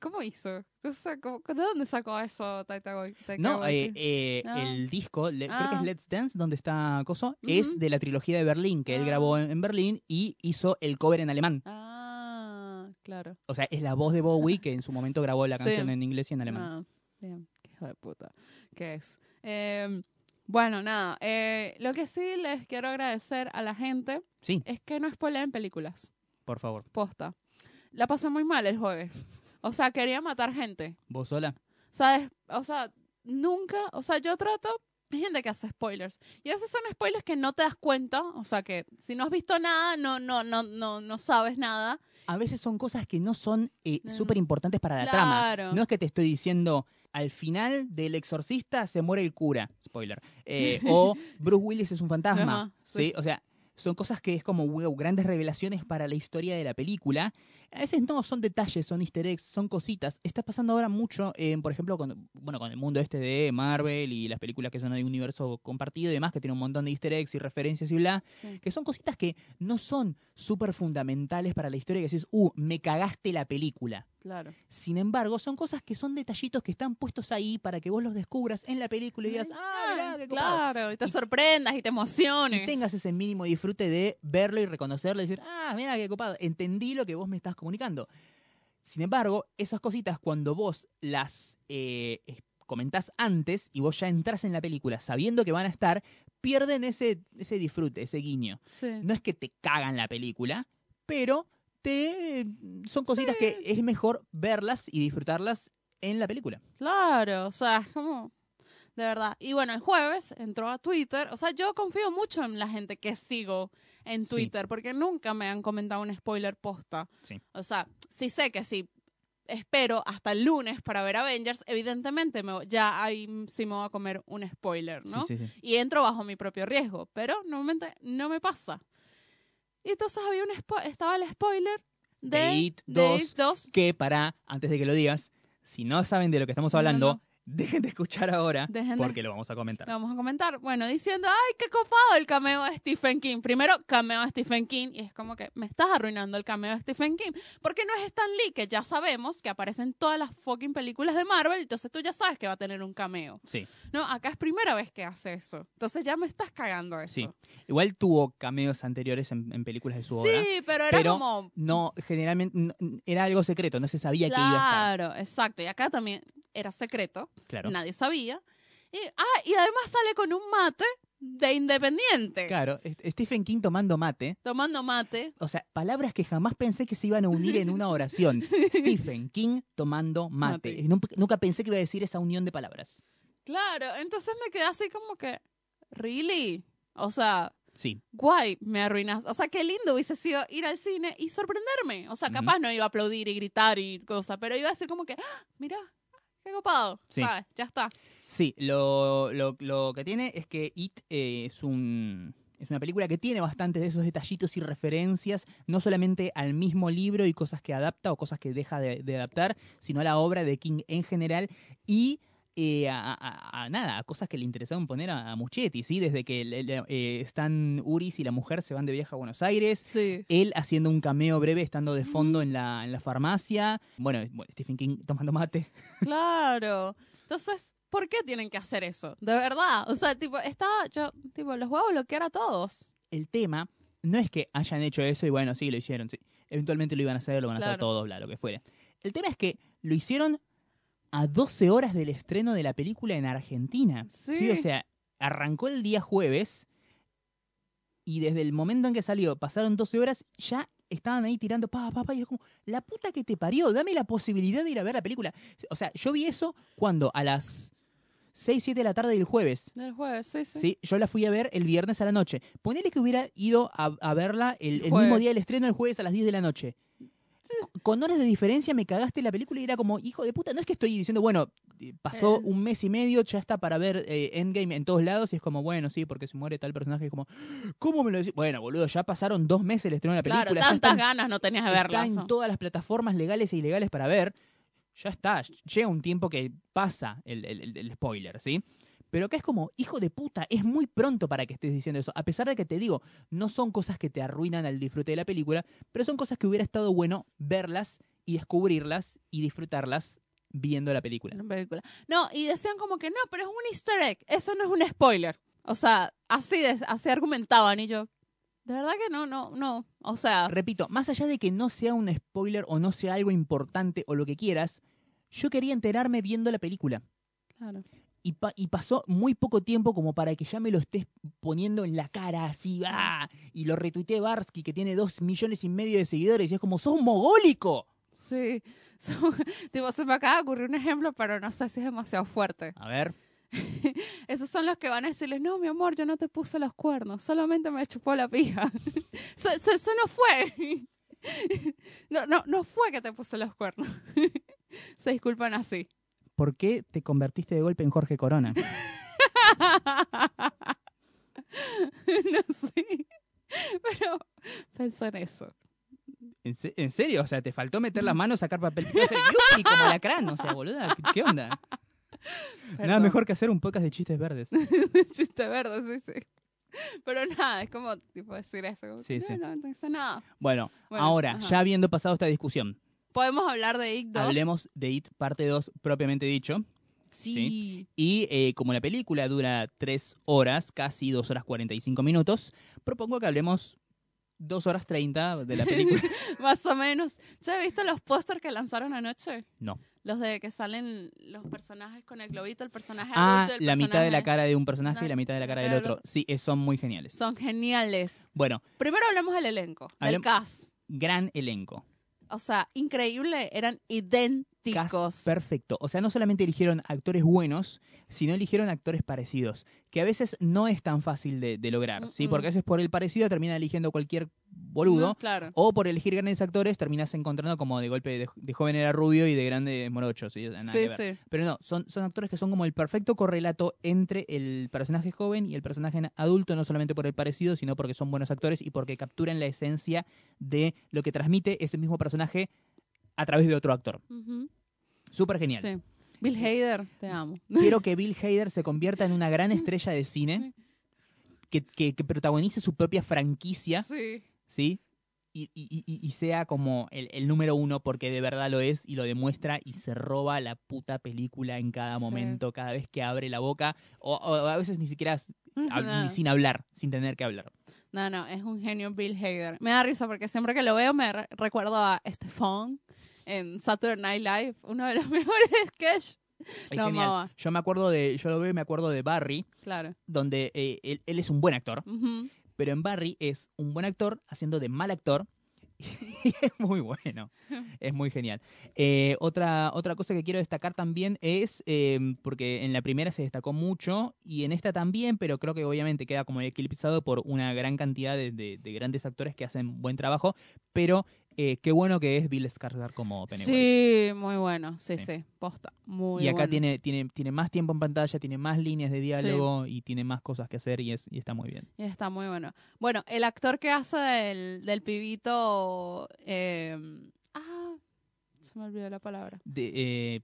S2: ¿Cómo hizo? O sea, ¿cómo- ¿De dónde sacó eso Taika Wai- Taika
S1: No,
S2: Waititi?
S1: eh, eh,
S2: Ah.
S1: el disco, le- creo que es
S2: Ah.
S1: Let's Dance, donde está Coso,
S2: Ujú.
S1: es de la trilogía de Berlín, que él
S2: Ah.
S1: grabó en, en Berlín y hizo el cover en alemán.
S2: Ah, claro.
S1: O sea, es la voz de Bowie que en su momento grabó la
S2: Sí.
S1: canción en inglés y en alemán.
S2: Ah, bien. Qué hijo de puta que es. Eh, bueno, nada. eh, lo que sí les quiero agradecer a la gente
S1: Sí,
S2: es que no spoileen películas.
S1: por favor.
S2: Posta. La pasé muy mal el jueves. O sea, quería matar gente.
S1: ¿Vos sola?
S2: ¿Sabes? O sea, nunca, o sea, yo trato, hay gente que hace spoilers. Y a veces son spoilers que no te das cuenta, o sea, que si no has visto nada, no no no no no sabes nada.
S1: A veces son cosas que no son eh,
S2: Mm.
S1: súper importantes para la trama.
S2: Claro.
S1: No es que te estoy diciendo, al final del exorcista se muere el cura, spoiler. Eh,
S2: <laughs>
S1: o Bruce Willis es un fantasma.
S2: Ajá,
S1: sí.
S2: sí.
S1: O sea, son cosas que es como wow, grandes revelaciones para la historia de la película. A veces no, son detalles, son easter eggs, son cositas. Está pasando ahora mucho, en, por ejemplo, con, bueno, con el mundo este de Marvel y las películas que son de universo compartido y demás, que tiene un montón de easter eggs y referencias y bla que son cositas que no son súper fundamentales para la historia, que decís, uh, me cagaste la película.
S2: Claro.
S1: Sin embargo, son cosas que son detallitos que están puestos ahí para que vos los descubras en la película y digas, ah, mirá, qué copado".
S2: Mm, claro, y te
S1: Y-
S2: sorprendas y te emociones.
S1: Y tengas ese mínimo disfrute de verlo y reconocerlo y decir, ah, mira, qué copado, entendí lo que vos me estás comunicando. Sin embargo, esas cositas cuando vos las eh, es- comentás antes y vos ya entras en la película sabiendo que van a estar, pierden ese, ese disfrute, ese guiño
S2: Sí.
S1: no es que te cagan la película, pero te son cositas que es mejor verlas y disfrutarlas en la película.
S2: Claro, o sea, es como de verdad. Y bueno, el jueves entró a Twitter, o sea, yo confío mucho en la gente que sigo en
S1: Sí.
S2: Twitter porque nunca me han comentado un spoiler posta.
S1: Sí.
S2: O sea, sí sé que si Espero hasta el lunes para ver Avengers. Evidentemente, me, ya ahí sí me voy a comer un spoiler, ¿no?
S1: Sí, sí, sí.
S2: y entro bajo mi propio riesgo, pero normalmente no me pasa. Y entonces había un spo- estaba el spoiler de,
S1: De It
S2: de
S1: 2.
S2: It 2.
S1: Que para, antes de que lo digas, si no saben de lo que estamos hablando,
S2: No, no.
S1: Dejen de escuchar ahora
S2: Dejen de-
S1: porque lo vamos a comentar.
S2: Lo vamos a comentar. Bueno, diciendo, ay, qué copado el cameo de Stephen King. Primero, cameo de Stephen King. Y es como que me estás arruinando el cameo de Stephen King. Porque no es Stan Lee, que ya sabemos que aparece en todas las fucking películas de Marvel. Entonces tú ya sabes que va a tener un cameo.
S1: Sí,
S2: No, acá es primera vez que hace eso. Entonces ya me estás cagando eso.
S1: sí. Igual tuvo cameos anteriores en, en películas de su obra.
S2: Sí, pero era
S1: pero
S2: como...
S1: No, generalmente n- n- era algo secreto, no se sabía que iba a estar.
S2: Claro, exacto. Y acá también era secreto.
S1: Claro.
S2: Nadie sabía. Y, ah, y además sale con un mate de independiente.
S1: Claro, est- Stephen King tomando mate.
S2: Tomando mate.
S1: O sea, palabras que jamás pensé que se iban a unir en una oración. Stephen King tomando mate.
S2: Mate.
S1: Y nu- Nunca pensé que iba a decir esa unión de palabras.
S2: Claro, entonces me quedé así como que, ¿really? O sea,
S1: Sí,
S2: guay, me arruinas. O sea, qué lindo hubiese sido ir al cine y sorprenderme. O sea,
S1: Ujú.
S2: capaz no iba a aplaudir y gritar y cosa, pero iba a ser como que, ¡Ah, mira, qué copado.
S1: Sí.
S2: ¿Sabes? Ya está.
S1: sí. Lo, lo- lo que tiene es que It eh, es un... Es una película que tiene bastantes de esos detallitos y referencias, no solamente al mismo libro y cosas que adapta o cosas que deja de, de adaptar, sino a la obra de King en general y eh, a, a- a nada, a cosas que le interesaban poner a, a Muchetti, ¿sí? Desde que le- le- eh, están Uris y la mujer se van de viaje a Buenos Aires,
S2: Sí.
S1: él haciendo un cameo breve, estando de fondo en la, en la farmacia. Bueno, bueno, Stephen King tomando mate.
S2: Claro. Entonces, ¿por qué tienen que hacer eso? De verdad. O sea, tipo, estaba yo, tipo, los voy a bloquear a todos.
S1: El tema no es que hayan hecho eso y bueno, sí, lo hicieron, sí. Eventualmente lo iban a hacer, lo van a hacer
S2: Claro.
S1: todos, bla, lo que fuera. El tema es que lo hicieron a 12 horas del estreno de la película en Argentina.
S2: Sí.
S1: O sea, arrancó el día jueves y desde el momento en que salió, pasaron 12 horas, ya estaban ahí tirando pa, pa, pa, y era como, la puta que te parió, dame la posibilidad de ir a ver la película. O sea, yo vi eso cuando a las 6, 7 de la tarde del jueves.
S2: Del jueves, sí, sí.
S1: Sí, yo la fui a ver el viernes a la noche. Ponele que hubiera ido a, a verla el, el
S2: Jueves.
S1: mismo día del estreno, el jueves a las 10 de la noche. Con horas de diferencia me cagaste la película y era como, hijo de puta, no es que estoy diciendo, bueno, eh, pasó
S2: Eh.
S1: un mes y medio, ya está para ver eh, Endgame en todos lados y es como, bueno, sí, porque se muere tal personaje, es como, ¿cómo me lo decís? Bueno, boludo, ya pasaron dos meses el estreno de la película.
S2: Claro,
S1: ya
S2: tantas
S1: están-
S2: ganas no tenías de
S1: está
S2: verlas.
S1: en todas las plataformas legales e ilegales para ver, ya está, llega un tiempo que pasa el, el- el- el spoiler, ¿sí? Pero acá es como, hijo de puta, es muy pronto para que estés diciendo eso. A pesar de que te digo, no son cosas que te arruinan al disfrute de la película, pero son cosas que hubiera estado bueno verlas y descubrirlas y disfrutarlas viendo la película.
S2: Una película. No, y decían como que no, pero es un easter egg. Eso no es un spoiler. O sea, así, de- así argumentaban y yo. De verdad que no, no, no. O sea,
S1: Repito, más allá de que no sea un spoiler o no sea algo importante o lo que quieras, yo quería enterarme viendo la película.
S2: claro.
S1: y, pa- y pasó muy poco tiempo como para que ya me lo estés poniendo en la cara así, ¡ah! Y lo retuiteé Barsky, que tiene dos millones y medio de seguidores, y es como, ¡sos mogólico!
S2: Sí. <laughs> So- tipo, se me acaba de ocurrir un ejemplo, pero no sé si es demasiado fuerte.
S1: A ver,
S2: Esos son los que van a decirles, no, mi amor, yo no te puse los cuernos, solamente me chupó la pija. <laughs> eso, eso- eso no fue. <laughs> no, no, no fue que te puse los cuernos. <laughs> se disculpan así.
S1: ¿por qué te convertiste de golpe en Jorge <laughs> Corona?
S2: <laughs> no sé. Pero pensó en eso. <laughs>
S1: ¿En, se- en serio? O sea, te faltó meter <laughs> las manos, sacar papel y hacer yupi <laughs> como lacrán. O sea, boluda, ¿qué- ¿qué onda? Nada
S2: Perdón.
S1: mejor que hacer un podcast de chistes verdes.
S2: Chiste verde, sí, sí. Pero nada, es como tipo decir eso. como,
S1: Sí,
S2: no,
S1: sí.
S2: no, no hice nada.
S1: Bueno,
S2: Bueno,
S1: ahora,
S2: ajá.
S1: ya habiendo pasado esta discusión,
S2: Podemos hablar de Ick 2.
S1: hablemos de IT parte 2 propiamente dicho.
S2: Sí.
S1: Y eh, como la película dura tres horas, casi dos horas 45 minutos, propongo que hablemos dos horas 30 de la
S2: <laughs>
S1: película.
S2: Más o menos. ¿Ya he visto los pósters que lanzaron anoche?
S1: No.
S2: Los de que salen los personajes con el globito, el personaje
S1: ah,
S2: adulto y el
S1: la mitad de la
S2: personaje-
S1: cara de un personaje y la mitad de la cara del otro. Sí, eh, son muy geniales.
S2: Son geniales.
S1: Bueno,
S2: Primero hablamos del elenco, del
S1: Hablem-
S2: cast.
S1: gran elenco.
S2: O sea, increíble, eran
S1: Cast
S2: idénticos.
S1: perfecto. O sea, no solamente eligieron actores buenos, sino eligieron actores parecidos, que a veces no es tan fácil de, de lograr, ¿sí?
S2: Mm-mm.
S1: Porque a veces por el parecido termina eligiendo cualquier boludo.
S2: Mm, No, claro.
S1: O por elegir grandes actores terminas encontrando como de golpe de, de joven era rubio y de grande es morocho. ¿sí? O sea, nada
S2: Sí,
S1: que ver.
S2: sí.
S1: Pero no, son, son actores que son como el perfecto correlato entre el personaje joven y el personaje en- adulto, no solamente por el parecido, sino porque son buenos actores y porque capturan la esencia de lo que transmite ese mismo personaje a través de otro actor.
S2: Ujú.
S1: Súper genial. Mm.
S2: Sí. Bill Hader, te amo.
S1: Quiero que Bill Hader se convierta en una
S2: <laughs>
S1: gran estrella de cine, que, que- que protagonice su propia franquicia,
S2: Sí.
S1: ¿sí? Y, y- y- y sea como el, el número uno, porque de verdad lo es y lo demuestra y se roba la puta película en cada
S2: Sí.
S1: momento, cada vez que abre la boca, o, o a veces ni siquiera
S2: <laughs>
S1: hab- ni
S2: No.
S1: Ah, sin hablar, sin tener que hablar.
S2: no, no, es un genio Bill Hader. Me da risa porque siempre que lo veo me re- recuerdo a Stefan en Saturday Night Live, uno de los <laughs> mejores sketches.
S1: Es
S2: Lo
S1: genial.
S2: amaba.
S1: Yo me acuerdo de, yo lo veo y me acuerdo de Barry,
S2: Claro.
S1: donde eh, él, él es un buen actor,
S2: Ujú.
S1: pero en Barry es un buen actor haciendo de mal actor. <laughs> Y es muy bueno, es muy genial. Eh, otra, otra cosa que quiero destacar también es, eh, porque en la primera se destacó mucho y en esta también, pero creo que obviamente queda como eclipsado por una gran cantidad de, de- de grandes actores que hacen buen trabajo, pero eh, qué bueno que es Bill Skarsgård como Pennywise.
S2: Sí, muy bueno. Sí,
S1: Sí.
S2: sí, posta. Muy
S1: y acá
S2: bueno.
S1: tiene, tiene, tiene más tiempo en pantalla, tiene más líneas de diálogo y tiene más cosas que hacer y, es, y está muy bien.
S2: Y Está muy bueno. Bueno, el actor que hace del, del pibito. eh, ah, se me olvidó la palabra.
S1: De, eh,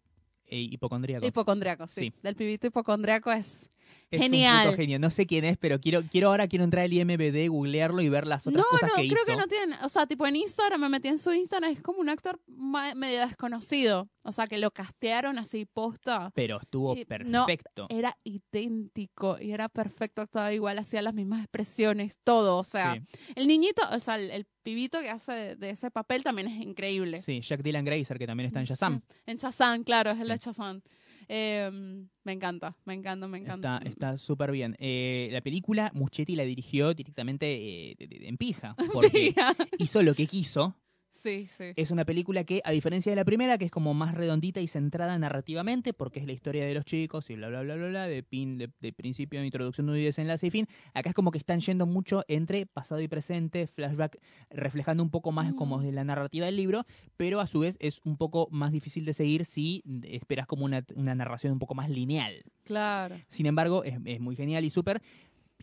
S1: eh, hipocondríaco.
S2: Hipocondriaco, sí.
S1: Sí.
S2: Del pibito hipocondriaco es.
S1: es un
S2: genial.
S1: puto genio. No sé quién es, pero quiero, quiero ahora quiero entrar al IMBD, googlearlo y ver las otras
S2: No,
S1: cosas
S2: no,
S1: que
S2: creo
S1: hizo.
S2: que no tiene. O sea, tipo en Instagram, me metí en su Instagram, es como un actor ma- medio desconocido. O sea, que lo castearon así posta.
S1: Pero estuvo
S2: Y- Eh, no,
S1: perfecto.
S2: Era idéntico y era perfecto, actuaba igual, hacía las mismas expresiones, todo. O sea,
S1: Sí,
S2: el niñito, o sea, el, el pibito que hace de, de ese papel también es increíble.
S1: sí, Jack Dylan Grazer, que también está en Shazam.
S2: Sí, En Shazam, claro, es el de
S1: Sí.
S2: Shazam. Eh, me encanta, me encanta, me encanta.
S1: Está
S2: <laughs>
S1: está súper bien. Eh, la película, Muchetti la dirigió directamente eh, de- de- en pija,
S2: <laughs>
S1: porque Eh, hizo lo que quiso.
S2: sí, sí.
S1: Es una película que, a diferencia de la primera, que es como más redondita y centrada narrativamente, porque es la historia de los chicos y bla, bla, bla, bla, bla, de, pin, de, de principio, introducción, nudo y desenlace y fin, acá es como que están yendo mucho entre pasado y presente, flashback, reflejando un poco más
S2: Mm.
S1: como de la narrativa del libro, pero a su vez es un poco más difícil de seguir si esperas como una, una narración un poco más lineal.
S2: Claro.
S1: Sin embargo, es, es muy genial y súper.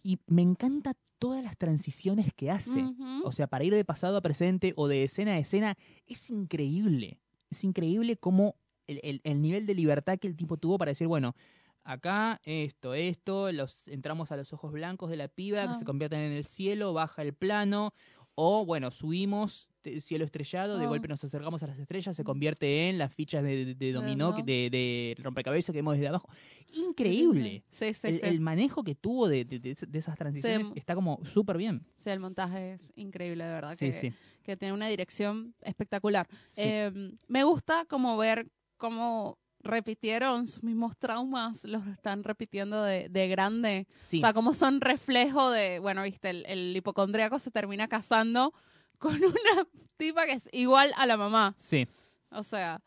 S1: Y me encanta todas las transiciones que hace.
S2: Ujú.
S1: O sea, para ir de pasado a presente o de escena a escena, es increíble. Es increíble cómo el, el- el nivel de libertad que el tipo tuvo para decir, bueno, acá esto, esto, los, entramos a los ojos blancos de la piba, que
S2: Ah.
S1: se convierten en el cielo, baja el plano, o bueno, subimos te- cielo estrellado, de
S2: Ah.
S1: golpe nos acercamos a las estrellas, se convierte en las fichas de, de- de dominó,
S2: no.
S1: de, de rompecabezas que vemos desde abajo. Increíble.
S2: Sí, sí,
S1: El,
S2: sí.
S1: el manejo que tuvo de, de- de es- de esas transiciones está como súper bien.
S2: Sí, el montaje es increíble, de verdad.
S1: Sí,
S2: que,
S1: sí.
S2: que tiene una dirección espectacular.
S1: Sí.
S2: Eh, me gusta como ver cómo repitieron sus mismos traumas, los están repitiendo de, de grande.
S1: Sí.
S2: O sea, cómo son reflejo de, bueno, viste, el, el hipocondríaco se termina casando <laughs> con una tipa que es igual a la mamá.
S1: Sí,
S2: O sea,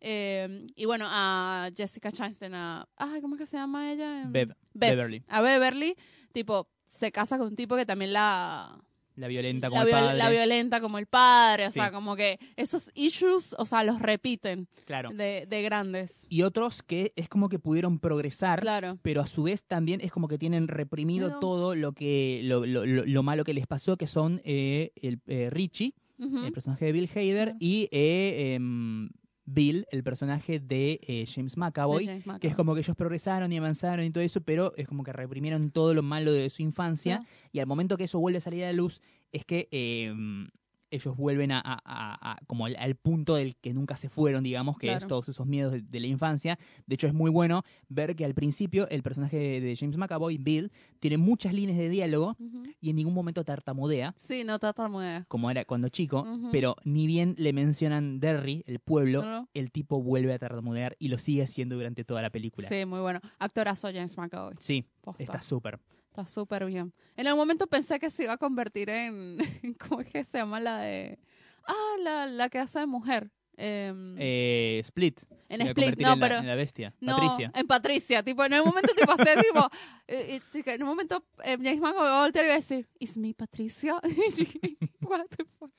S2: eh, y bueno, a Jessica Chastain, a, ay, ¿cómo es que se llama ella? Em,
S1: Bev- Beverly.
S2: A Beverly, tipo, se casa con un tipo que también la,
S1: la violenta como
S2: la,
S1: el
S2: viol-
S1: padre.
S2: la violenta como el padre. O
S1: Sí.
S2: sea, como que esos issues, o sea, los repiten
S1: Claro.
S2: de, de grandes.
S1: Y otros que es como que pudieron progresar,
S2: Claro.
S1: pero a su vez también es como que tienen reprimido
S2: No.
S1: todo lo que lo, lo- lo- lo malo que les pasó, que son eh, el, eh, Richie,
S2: Ujú.
S1: el personaje de Bill Hader,
S2: Claro.
S1: y eh, em, Bill, el personaje de eh, James
S2: De
S1: McAvoy.
S2: James
S1: Que es
S2: McAvoy.
S1: como que ellos progresaron y avanzaron y todo eso, pero es como que reprimieron todo lo malo de su infancia.
S2: Claro.
S1: Y al momento que eso vuelve a salir a la luz, es que em, ellos vuelven a, a- a- a- como al, al punto del que nunca se fueron, digamos, que es
S2: Claro.
S1: todos esos miedos de, de la infancia. De hecho, es muy bueno ver que al principio el personaje de, de James McAvoy, Bill, tiene muchas líneas de diálogo
S2: Ujú.
S1: y en ningún momento tartamudea
S2: Sí, no tartamudea.
S1: como era cuando chico,
S2: Ujú. Mm.
S1: pero ni bien le mencionan Derry, el pueblo,
S2: No, no.
S1: el tipo vuelve a tartamudear y lo sigue haciendo durante toda la película.
S2: Sí, muy bueno. Actorazo James McAvoy.
S1: Sí,
S2: Posta.
S1: está súper.
S2: Está súper bien. En algún momento pensé que se iba a convertir en. <laughs> en ¿Cómo es que se llama la de.? Ah, la, la que hace de mujer. Em,
S1: Eh, Split.
S2: en
S1: se iba a
S2: Split,
S1: convertir
S2: no,
S1: en la,
S2: pero.
S1: en la bestia.
S2: no, <laughs>
S1: Patricia.
S2: en Patricia. Tipo, en un momento, tipo, sé, tipo. <laughs> eh, eh, tipo, en un momento, eh, James McAvoy va a voltear y va a decir, ¿Is me Patricia? <laughs> Y yo, What the fuck?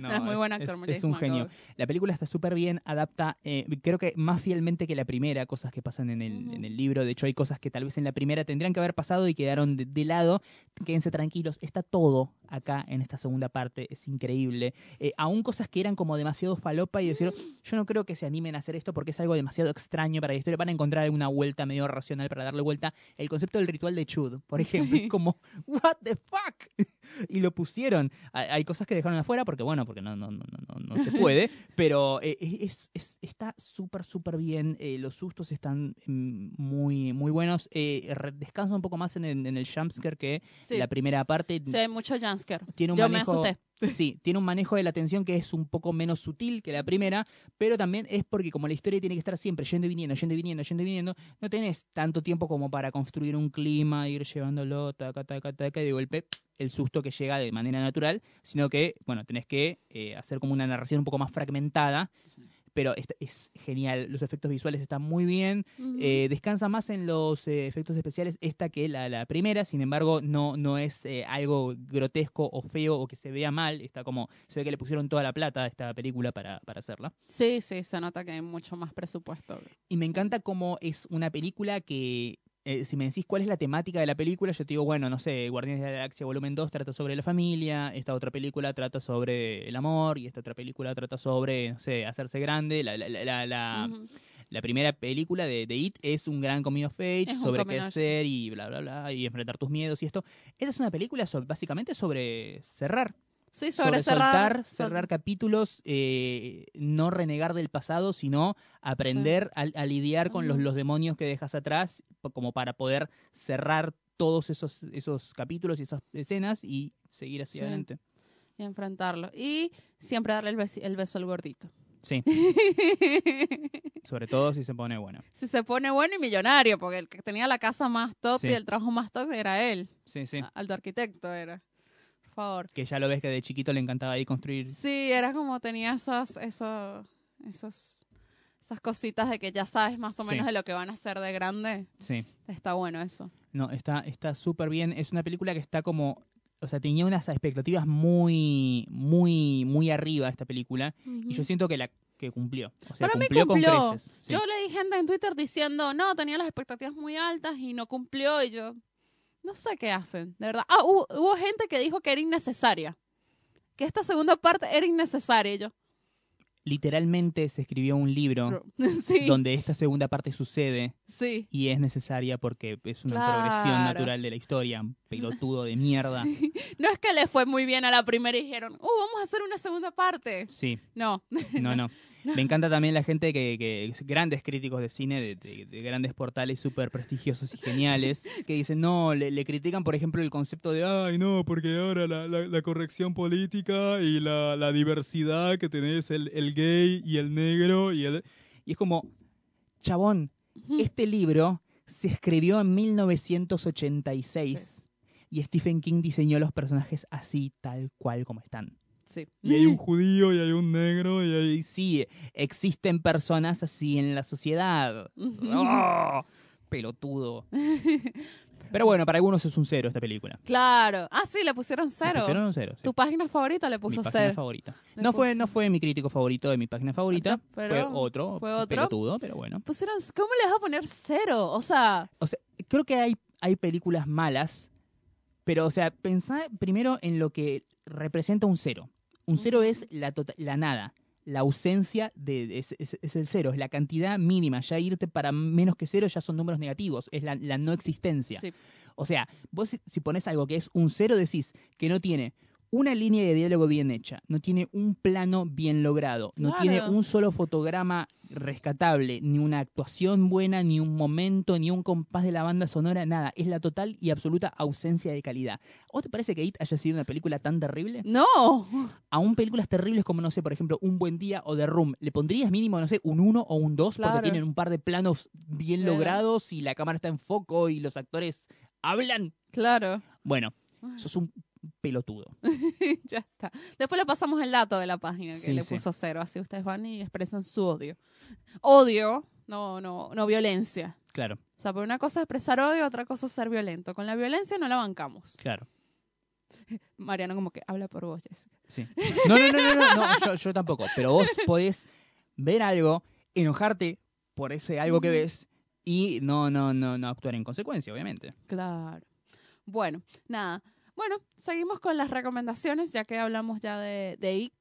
S1: No,
S2: es muy buen actor,
S1: es-
S2: James
S1: es un genio.
S2: McAvoy.
S1: La película está súper bien, adapta, eh, creo que más fielmente que la primera, cosas que pasan en el,
S2: Ujú.
S1: en el libro. De hecho, hay cosas que tal vez en la primera tendrían que haber pasado y quedaron de, de lado. Quédense tranquilos, está todo acá en esta segunda parte. Es increíble. Eh, aún cosas que eran como demasiado falopa y decir,
S2: Mm.
S1: yo no creo que se animen a hacer esto porque es algo demasiado extraño para la historia. Van a encontrar una vuelta medio racional para darle vuelta. El concepto del ritual de Chud, por ejemplo,
S2: Sí.
S1: es como, ¿What the fuck? <laughs> y lo pusieron. Hay hay cosas que dejaron afuera porque, bueno, porque no, no, no, no, no- no se
S2: <laughs>
S1: puede, pero eh, es, es- está súper, súper bien. eh, los sustos están mm, muy, muy buenos. Eh, re- descansa un poco más en, el- en el jumpscare que
S2: Sí,
S1: la primera parte.
S2: sí, hay mucho Jansker.
S1: Tiene un
S2: Yo me
S1: manejo,
S2: asusté.
S1: Sí, tiene un manejo de la atención que es un poco menos sutil que la primera, pero también es porque como la historia tiene que estar siempre yendo y viniendo, yendo y viniendo, yendo y viniendo, no tenés tanto tiempo como para construir un clima, ir llevándolo, taca, taca, taca, y de golpe el susto que llega de manera natural, sino que, bueno, tenés que eh, hacer como una narración un poco más fragmentada,
S2: Sí.
S1: pero esta- es genial, los efectos visuales están muy bien,
S2: Ujú.
S1: eh, descansa más en los eh, efectos especiales esta que la, la primera, sin embargo, no, no es eh, algo grotesco o feo o que se vea mal. Está como, se ve que le pusieron toda la plata a esta película para, para hacerla.
S2: Sí, sí, se nota que hay mucho más presupuesto.
S1: Y me encanta cómo es una película que. eh, si me decís cuál es la temática de la película, yo te digo, bueno, no sé, Guardianes de la Galaxia Volumen 2 trata sobre la familia, esta otra película trata sobre el amor, y esta otra película trata sobre, no sé, hacerse grande. La, la- la- la- la-
S2: Ujú.
S1: la primera película de, de It es un gran coming of age
S2: Es un
S1: sobre
S2: coming
S1: qué
S2: of
S1: hacer y bla, bla, bla, y enfrentar tus miedos y esto. Esta es una película sobre- básicamente sobre cerrar,
S2: Sí, sobre,
S1: sobre,
S2: cerrar.
S1: soltar, cerrar capítulos, eh, no renegar del pasado, sino aprender a, a lidiar con los,
S2: Ujú.
S1: los demonios que dejas atrás, po- como para poder cerrar todos esos, esos capítulos y esas escenas y seguir hacia
S2: Sí.
S1: adelante.
S2: Y enfrentarlo. Y siempre darle el, besi- el beso al gordito. <laughs>
S1: Sí, sobre todo si se pone bueno.
S2: si se pone bueno y millonario, porque el que tenía la casa más top
S1: Sí.
S2: y el trabajo más top era él.
S1: Sí, sí.
S2: Al de arquitecto era. Por favor.
S1: Que ya lo ves que de chiquito le encantaba ahí construir
S2: Sí, era como tenía esas, eso, esos, esas cositas de que ya sabes más o
S1: Sí.
S2: menos de lo que van a hacer de grande.
S1: Sí.
S2: Está bueno eso.
S1: No, está está súper bien. Es una película que está como. O sea, tenía unas expectativas muy, muy, muy arriba esta película. Y yo siento que la que cumplió. O sea,
S2: Para mí
S1: cumplió,
S2: cumplió.
S1: con creces. Sí.
S2: Yo le dije gente en Twitter diciendo, no, tenía las expectativas muy altas y no cumplió. Y yo, no sé qué hacen, de verdad. Ah, hubo, hubo gente que dijo que era innecesaria. Que esta segunda parte era innecesaria. Y yo,
S1: Literalmente se escribió un libro
S2: <laughs> sí,
S1: donde esta segunda parte sucede
S2: sí.
S1: y es necesaria porque es una
S2: Claro.
S1: progresión natural de la historia. Pelotudo
S2: <laughs>
S1: de mierda.
S2: No es que le fue muy bien a la primera y dijeron, uh, vamos a hacer una segunda parte.
S1: Sí.
S2: No,
S1: <laughs>
S2: <laughs>
S1: No, no. Me encanta también la gente que, que- grandes críticos de cine, de, de- de grandes portales súper prestigiosos y geniales, que dicen, no, le, le critican, por ejemplo, el concepto de, ay, no, porque ahora la, la- la corrección política y la, la diversidad que tenés, el, el gay y el negro, y, el... y es como, chabón, este libro se escribió en 1986 y Stephen King diseñó los personajes así, tal cual como están.
S2: sí.
S1: Y hay un judío, y hay un negro, Mm. y hay... Sí, existen personas así en la sociedad. <laughs> ¡Oh! <laughs> Pelotudo. Pero bueno, para algunos es un cero esta película.
S2: Claro. Ah, sí, le pusieron
S1: ¿Le
S2: cero.
S1: pusieron un cero, sí.
S2: Tu página favorita le
S1: Mi
S2: puso
S1: página
S2: cero.
S1: favorita.
S2: Le
S1: No fue,
S2: puso-
S1: no fue mi crítico favorito de mi página favorita.
S2: No, pero
S1: fue otro.
S2: fue otro.
S1: Pelotudo, pero bueno.
S2: Pusieron, ¿cómo le vas a poner cero? O sea,
S1: O sea, creo que hay, hay películas malas, pero, o sea, pensá primero en lo que representa un cero. Un cero es la, tota- la nada, la ausencia de. Es, es- es el cero, es la cantidad mínima. Ya irte para menos que cero ya son números negativos, es la, la no existencia.
S2: sí.
S1: O sea, vos si, si pones algo que es un cero, decís que no tiene una línea de diálogo bien hecha, no tiene un plano bien logrado, no
S2: Claro.
S1: tiene un solo fotograma rescatable, ni una actuación buena, ni un momento, ni un compás de la banda sonora, nada. Es la total y absoluta ausencia de calidad. ¿O te parece que It haya sido una película tan terrible?
S2: No. <laughs>
S1: Aún películas terribles como, no sé, por ejemplo, Un Buen Día o The Room, ¿le pondrías mínimo, no sé, un 1 o un 2?
S2: Claro.
S1: Porque tienen un par de planos bien
S2: Claro.
S1: logrados y la cámara está en foco y los actores hablan.
S2: Claro.
S1: Bueno, sos un pelotudo.
S2: <laughs> ya está. Después le pasamos el dato de la página que
S1: Sí,
S2: le
S1: sí.
S2: puso cero. Así ustedes van y expresan su odio. Odio, no, no, no violencia.
S1: Claro,
S2: O sea, por una cosa es expresar odio, otra cosa es ser violento. Con la violencia no la bancamos.
S1: claro.
S2: Mariano como que habla por vos, Jessica. <laughs>
S1: Sí. No, no, no, no, no, no, yo, yo tampoco. Pero vos podés ver algo, enojarte por ese algo que
S2: Ujú.
S1: ves y no, no, no, no actuar en consecuencia, obviamente.
S2: Claro. Bueno, nada. Bueno, seguimos con las recomendaciones, ya que hablamos ya de, de IC.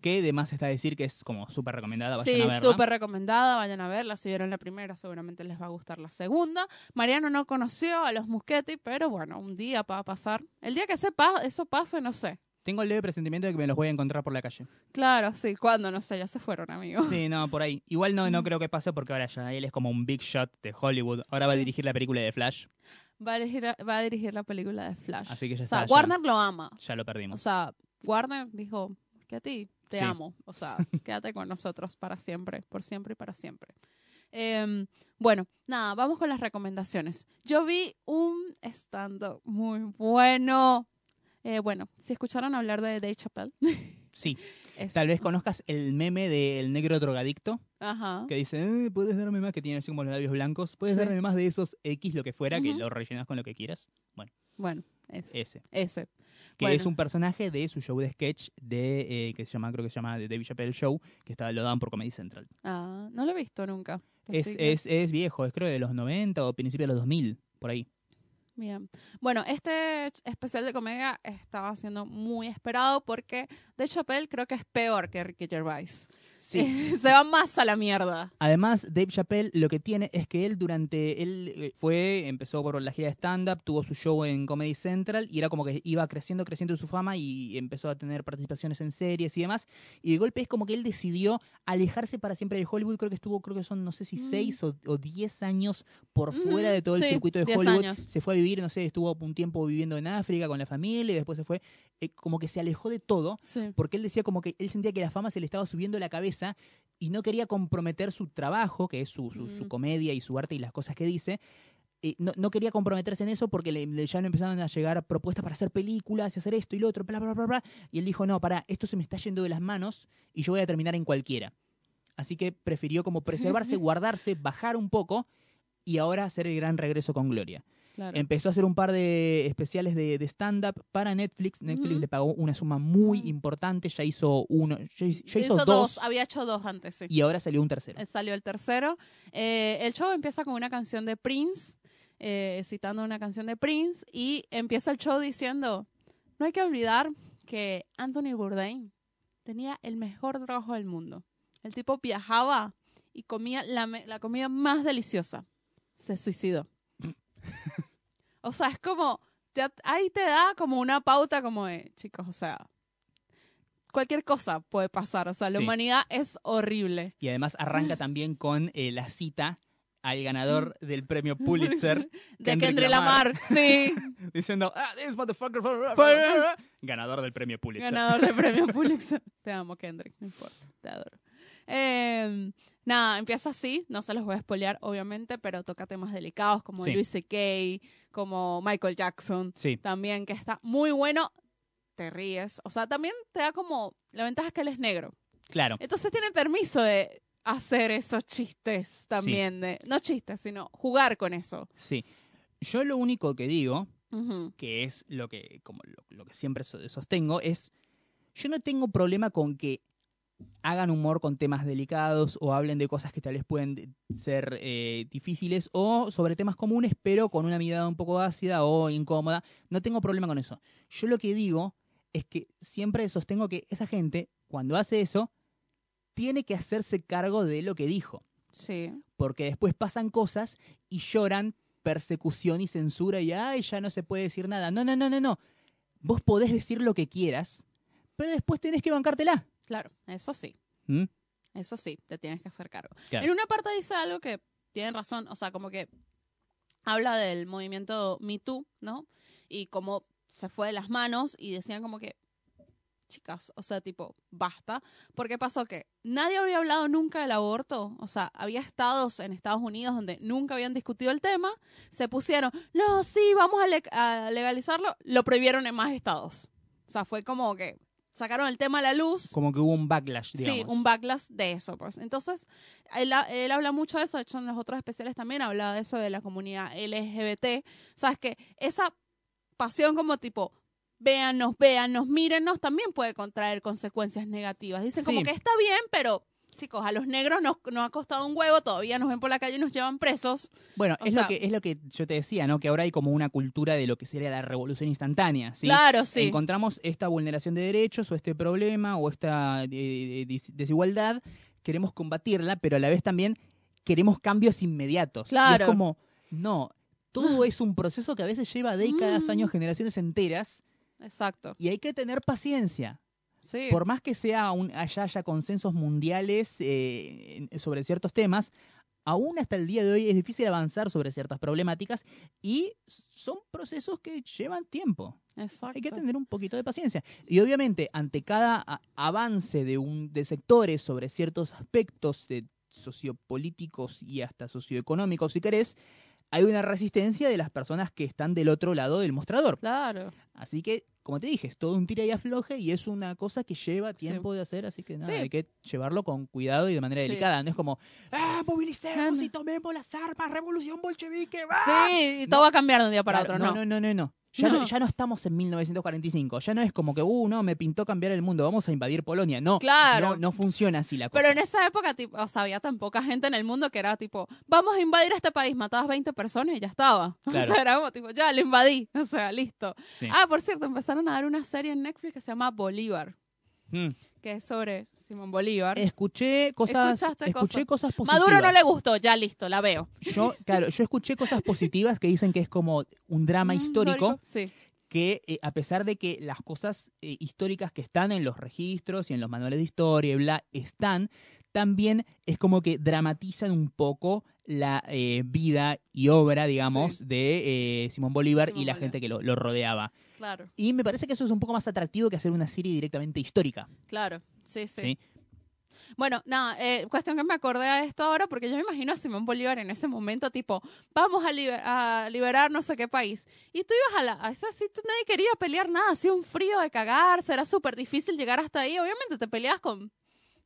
S1: Que de más está decir que es como súper recomendada. vayan
S2: Sí,
S1: a verla.
S2: súper recomendada, vayan a verla. Si vieron la primera, seguramente les va a gustar la segunda. Mariano no conoció a los Muschetti, pero bueno, un día va a pasar. El día que sepa, eso pase, no sé.
S1: Tengo el leve presentimiento de que me los voy a encontrar por la calle.
S2: Claro, sí, cuando no sé, ya se fueron, amigos.
S1: Sí, no, por ahí. Igual no,
S2: Mm.
S1: no creo que pase porque ahora ya él es como un big shot de Hollywood. Ahora va a
S2: Sí.
S1: dirigir la película de Flash.
S2: <laughs> Va a dirigir, va a dirigir la película de Flash.
S1: Así que ya
S2: o sea,
S1: está, ya.
S2: Warner lo ama.
S1: Ya lo
S2: O
S1: perdimos.
S2: sea, Warner dijo, que a ti, te
S1: Sí.
S2: amo.
S1: <laughs>
S2: O sea, quédate con nosotros para siempre, por siempre y para siempre. Em, bueno, nada, vamos con las recomendaciones. Yo vi un stand-up muy bueno. Eh, bueno, si escucharon hablar de
S1: <laughs>
S2: Dave Chappelle,
S1: Sí.
S2: es-
S1: Tal vez conozcas el meme del negro drogadicto
S2: Ajá.
S1: que dice, eh, puedes darme más, que tiene así como los labios blancos. Puedes
S2: Sí.
S1: darme más de esos X, lo que fuera, que
S2: Ujú.
S1: lo rellenas con lo que quieras.
S2: Bueno, ese.
S1: Ese.
S2: ese.
S1: Que
S2: Bueno.
S1: es un personaje de su show de sketch de, eh, que se llama, creo que se llama The David Chappelle Show, que está, lo dan por Comedy Central.
S2: Ah, no lo he visto nunca.
S1: Es,
S2: así que-
S1: es, es viejo, es creo de los 90 o principios de los 2000, por ahí.
S2: Bien. Bueno, este ch- especial de comedia estaba siendo muy esperado porque De Chappelle creo que es peor que Ricky Gervais. <laughs> Se va más a la mierda.
S1: Además, Dave Chappelle lo que tiene es que él durante él eh, fue, empezó por la gira de stand-up, tuvo su show en Comedy Central y era como que iba creciendo, creciendo en su fama y empezó a tener participaciones en series y demás. Y de golpe es como que él decidió alejarse para siempre de Hollywood. Creo que estuvo, creo que son, no sé si
S2: Mm.
S1: seis o, o diez años por
S2: Ujú,
S1: fuera de todo el
S2: sí,
S1: circuito de
S2: diez
S1: Hollywood.
S2: años.
S1: Se fue a vivir, no sé, estuvo un tiempo viviendo en África con la familia y después se fue. eh, como que se alejó de todo
S2: Sí.
S1: porque él decía como que él sentía que la fama se le estaba subiendo la cabeza y no quería comprometer su trabajo, que es su, su- su
S2: Mm.
S1: comedia y su arte y las cosas que dice. eh, no, no quería comprometerse en eso porque le, le- ya no empezaron a llegar propuestas para hacer películas y hacer esto y lo otro, bla, bla, bla, bla. Y él dijo, no, para, esto se me está yendo de las manos y yo voy a terminar en cualquiera. Así que prefirió como preservarse, guardarse, bajar un poco y ahora hacer el gran regreso con Gloria.
S2: Claro.
S1: Empezó a hacer un par de especiales de, de stand-up para Netflix. Netflix
S2: Ujú.
S1: le pagó una suma muy
S2: Ujú.
S1: importante. Ya hizo uno, ya, hizo- ya hizo
S2: Hizo
S1: dos,
S2: Había hecho dos antes, sí.
S1: y ahora salió un tercero.
S2: Eh, Salió el tercero. Eh, el show empieza con una canción de Prince, eh, citando una canción de Prince, y empieza el show diciendo, no hay que olvidar que Anthony Bourdain tenía el mejor trabajo del mundo. El tipo viajaba y comía la, me- la comida más deliciosa. Se
S1: <laughs>
S2: suicidó. o sea, es como, ya- ahí te da como una pauta como de, chicos, o sea, cualquier cosa puede pasar. O sea, la
S1: Sí.
S2: humanidad es horrible.
S1: Y además
S2: <laughs>
S1: arranca también con eh, la cita al ganador del premio Pulitzer
S2: De
S1: Kendrick
S2: Kendrick
S1: Lamar.
S2: Lamar,
S1: <laughs>
S2: sí,
S1: diciendo, ah, this motherfucker, ganador del premio Pulitzer.
S2: ganador de premio Pulitzer. Te amo, Kendrick, no importa, te adoro. Eh, nada, empieza así, no se los voy a spoilear, obviamente, pero toca temas delicados como
S1: Sí.
S2: Louis C.K., como Michael Jackson,
S1: Sí,
S2: también, que está muy bueno. Te ríes. O sea, también te da como. La ventaja es que él es negro.
S1: claro.
S2: Entonces tiene permiso de hacer esos chistes también. De, no chistes, sino jugar con eso.
S1: Sí. Yo lo único que digo
S2: Ujú.
S1: que es lo que, como lo, lo que siempre so- sostengo, es yo no tengo problema con que hagan humor con temas delicados o hablen de cosas que tal vez pueden de- ser eh, difíciles o sobre temas comunes, pero con una mirada un poco ácida o incómoda. No tengo problema con eso. Yo lo que digo es que siempre sostengo que esa gente, cuando hace eso, tiene que hacerse cargo de lo que dijo
S2: Sí.
S1: porque después pasan cosas y lloran persecución y censura y ay, ya no se puede decir nada. No, no, no, no, no. Vos podés decir lo que quieras, pero después tenés que bancártela.
S2: Claro, eso sí.
S1: ¿Mm?
S2: Eso sí, te tienes que hacer cargo.
S1: Claro.
S2: En una parte dice algo que tienen razón, o sea, como que habla del movimiento Me Too, ¿no? Y cómo se fue de las manos y decían como que, chicas, o sea, tipo, basta. Porque pasó que nadie había hablado nunca del aborto, o sea, había estados en Estados Unidos donde nunca habían discutido el tema, se pusieron, no, sí, vamos a, le- a legalizarlo, lo prohibieron en más estados. O sea, fue como que sacaron el tema a la luz.
S1: Como que hubo un backlash, digamos.
S2: Sí, un backlash de eso, pues. Entonces, él, ha- él habla mucho de eso, de hecho en los otros especiales también habla de eso de la comunidad LGBT. Sabes que esa pasión como tipo, véanos, véanos, mírenos, también puede contraer consecuencias negativas. Dicen como
S1: Sí.
S2: que está bien, pero chicos, a los negros nos, nos ha costado un huevo, todavía nos ven por la calle y nos llevan presos.
S1: Bueno,
S2: O
S1: es,
S2: sea-
S1: lo que, es lo que yo te decía, ¿no? Que ahora hay como una cultura de lo que sería la revolución instantánea, ¿sí?
S2: Claro, sí.
S1: Encontramos esta vulneración de derechos o este problema o esta eh, dis- desigualdad, queremos combatirla, pero a la vez también queremos cambios inmediatos. Y
S2: Claro. Ah.
S1: es como, no, todo es un proceso que a veces lleva décadas,
S2: Mm.
S1: años, generaciones enteras
S2: Exacto.
S1: y hay que tener paciencia.
S2: Sí.
S1: Por más que sea un, allá haya consensos mundiales eh, en- sobre ciertos temas, aún hasta el día de hoy es difícil avanzar sobre ciertas problemáticas y son procesos que llevan tiempo.
S2: Exacto.
S1: Hay que tener un poquito de paciencia. Y obviamente, ante cada a- avance de, un, de sectores sobre ciertos aspectos eh, sociopolíticos y hasta socioeconómicos, si querés, hay una resistencia de las personas que están del otro lado del mostrador.
S2: Claro.
S1: Así que, como te dije, es todo un tira y afloje y es una cosa que lleva tiempo de hacer, así que nada,
S2: Sí.
S1: hay que llevarlo con cuidado y de manera
S2: Sí.
S1: delicada. No es como, ¡ah, movilicemos
S2: Claro.
S1: y tomemos las armas, revolución bolchevique! ¡ah!".
S2: Sí, y todo
S1: No.
S2: va a cambiar de un día para
S1: Claro,
S2: otro, ¿no?
S1: No, no, no, no. Ya, no.
S2: No.
S1: ya no estamos en 1945. Ya no es como que, uh, no, me pintó cambiar el mundo, vamos a invadir Polonia. No,
S2: Claro.
S1: no, no funciona así la cosa.
S2: Pero en esa época, tipo, o sea, había tan poca gente en el mundo que era tipo, vamos a invadir este país, matabas 20 personas y ya estaba.
S1: Claro.
S2: <laughs> O sea, era como, tipo, ya lo invadí, o sea, listo.
S1: Sí.
S2: Ah, por cierto, empezaron a dar una serie en Netflix que se llama Bolívar,
S1: Mm.
S2: que es sobre Simón Bolívar.
S1: Escuché cosas,
S2: Escuchaste
S1: escuché cosas positivas.
S2: Maduro no le gustó, ya listo, la veo.
S1: yo, claro, yo escuché cosas positivas que dicen que es como un drama
S2: Mm,
S1: histórico.
S2: Sí,
S1: que eh, a pesar de que las cosas eh, históricas que están en los registros y en los manuales de historia y bla están, también es como que dramatizan un poco la eh, vida y obra, digamos,
S2: Sí.
S1: de eh, Simón Bolívar
S2: Simón
S1: y la
S2: Bolívar.
S1: gente que lo, lo rodeaba.
S2: claro,
S1: Y me parece que eso es un poco más atractivo que hacer una serie directamente histórica.
S2: claro. Sí, sí.
S1: Sí.
S2: Bueno, nada, eh, cuestión que me acordé a esto ahora porque yo me imagino a Simón Bolívar en ese momento, tipo, vamos a, liber- a liberar no sé qué país. Y tú ibas a la. A esa, sí, tú nadie quería pelear nada, hacía un frío de cagarse, era súper difícil llegar hasta ahí. Obviamente te peleas con,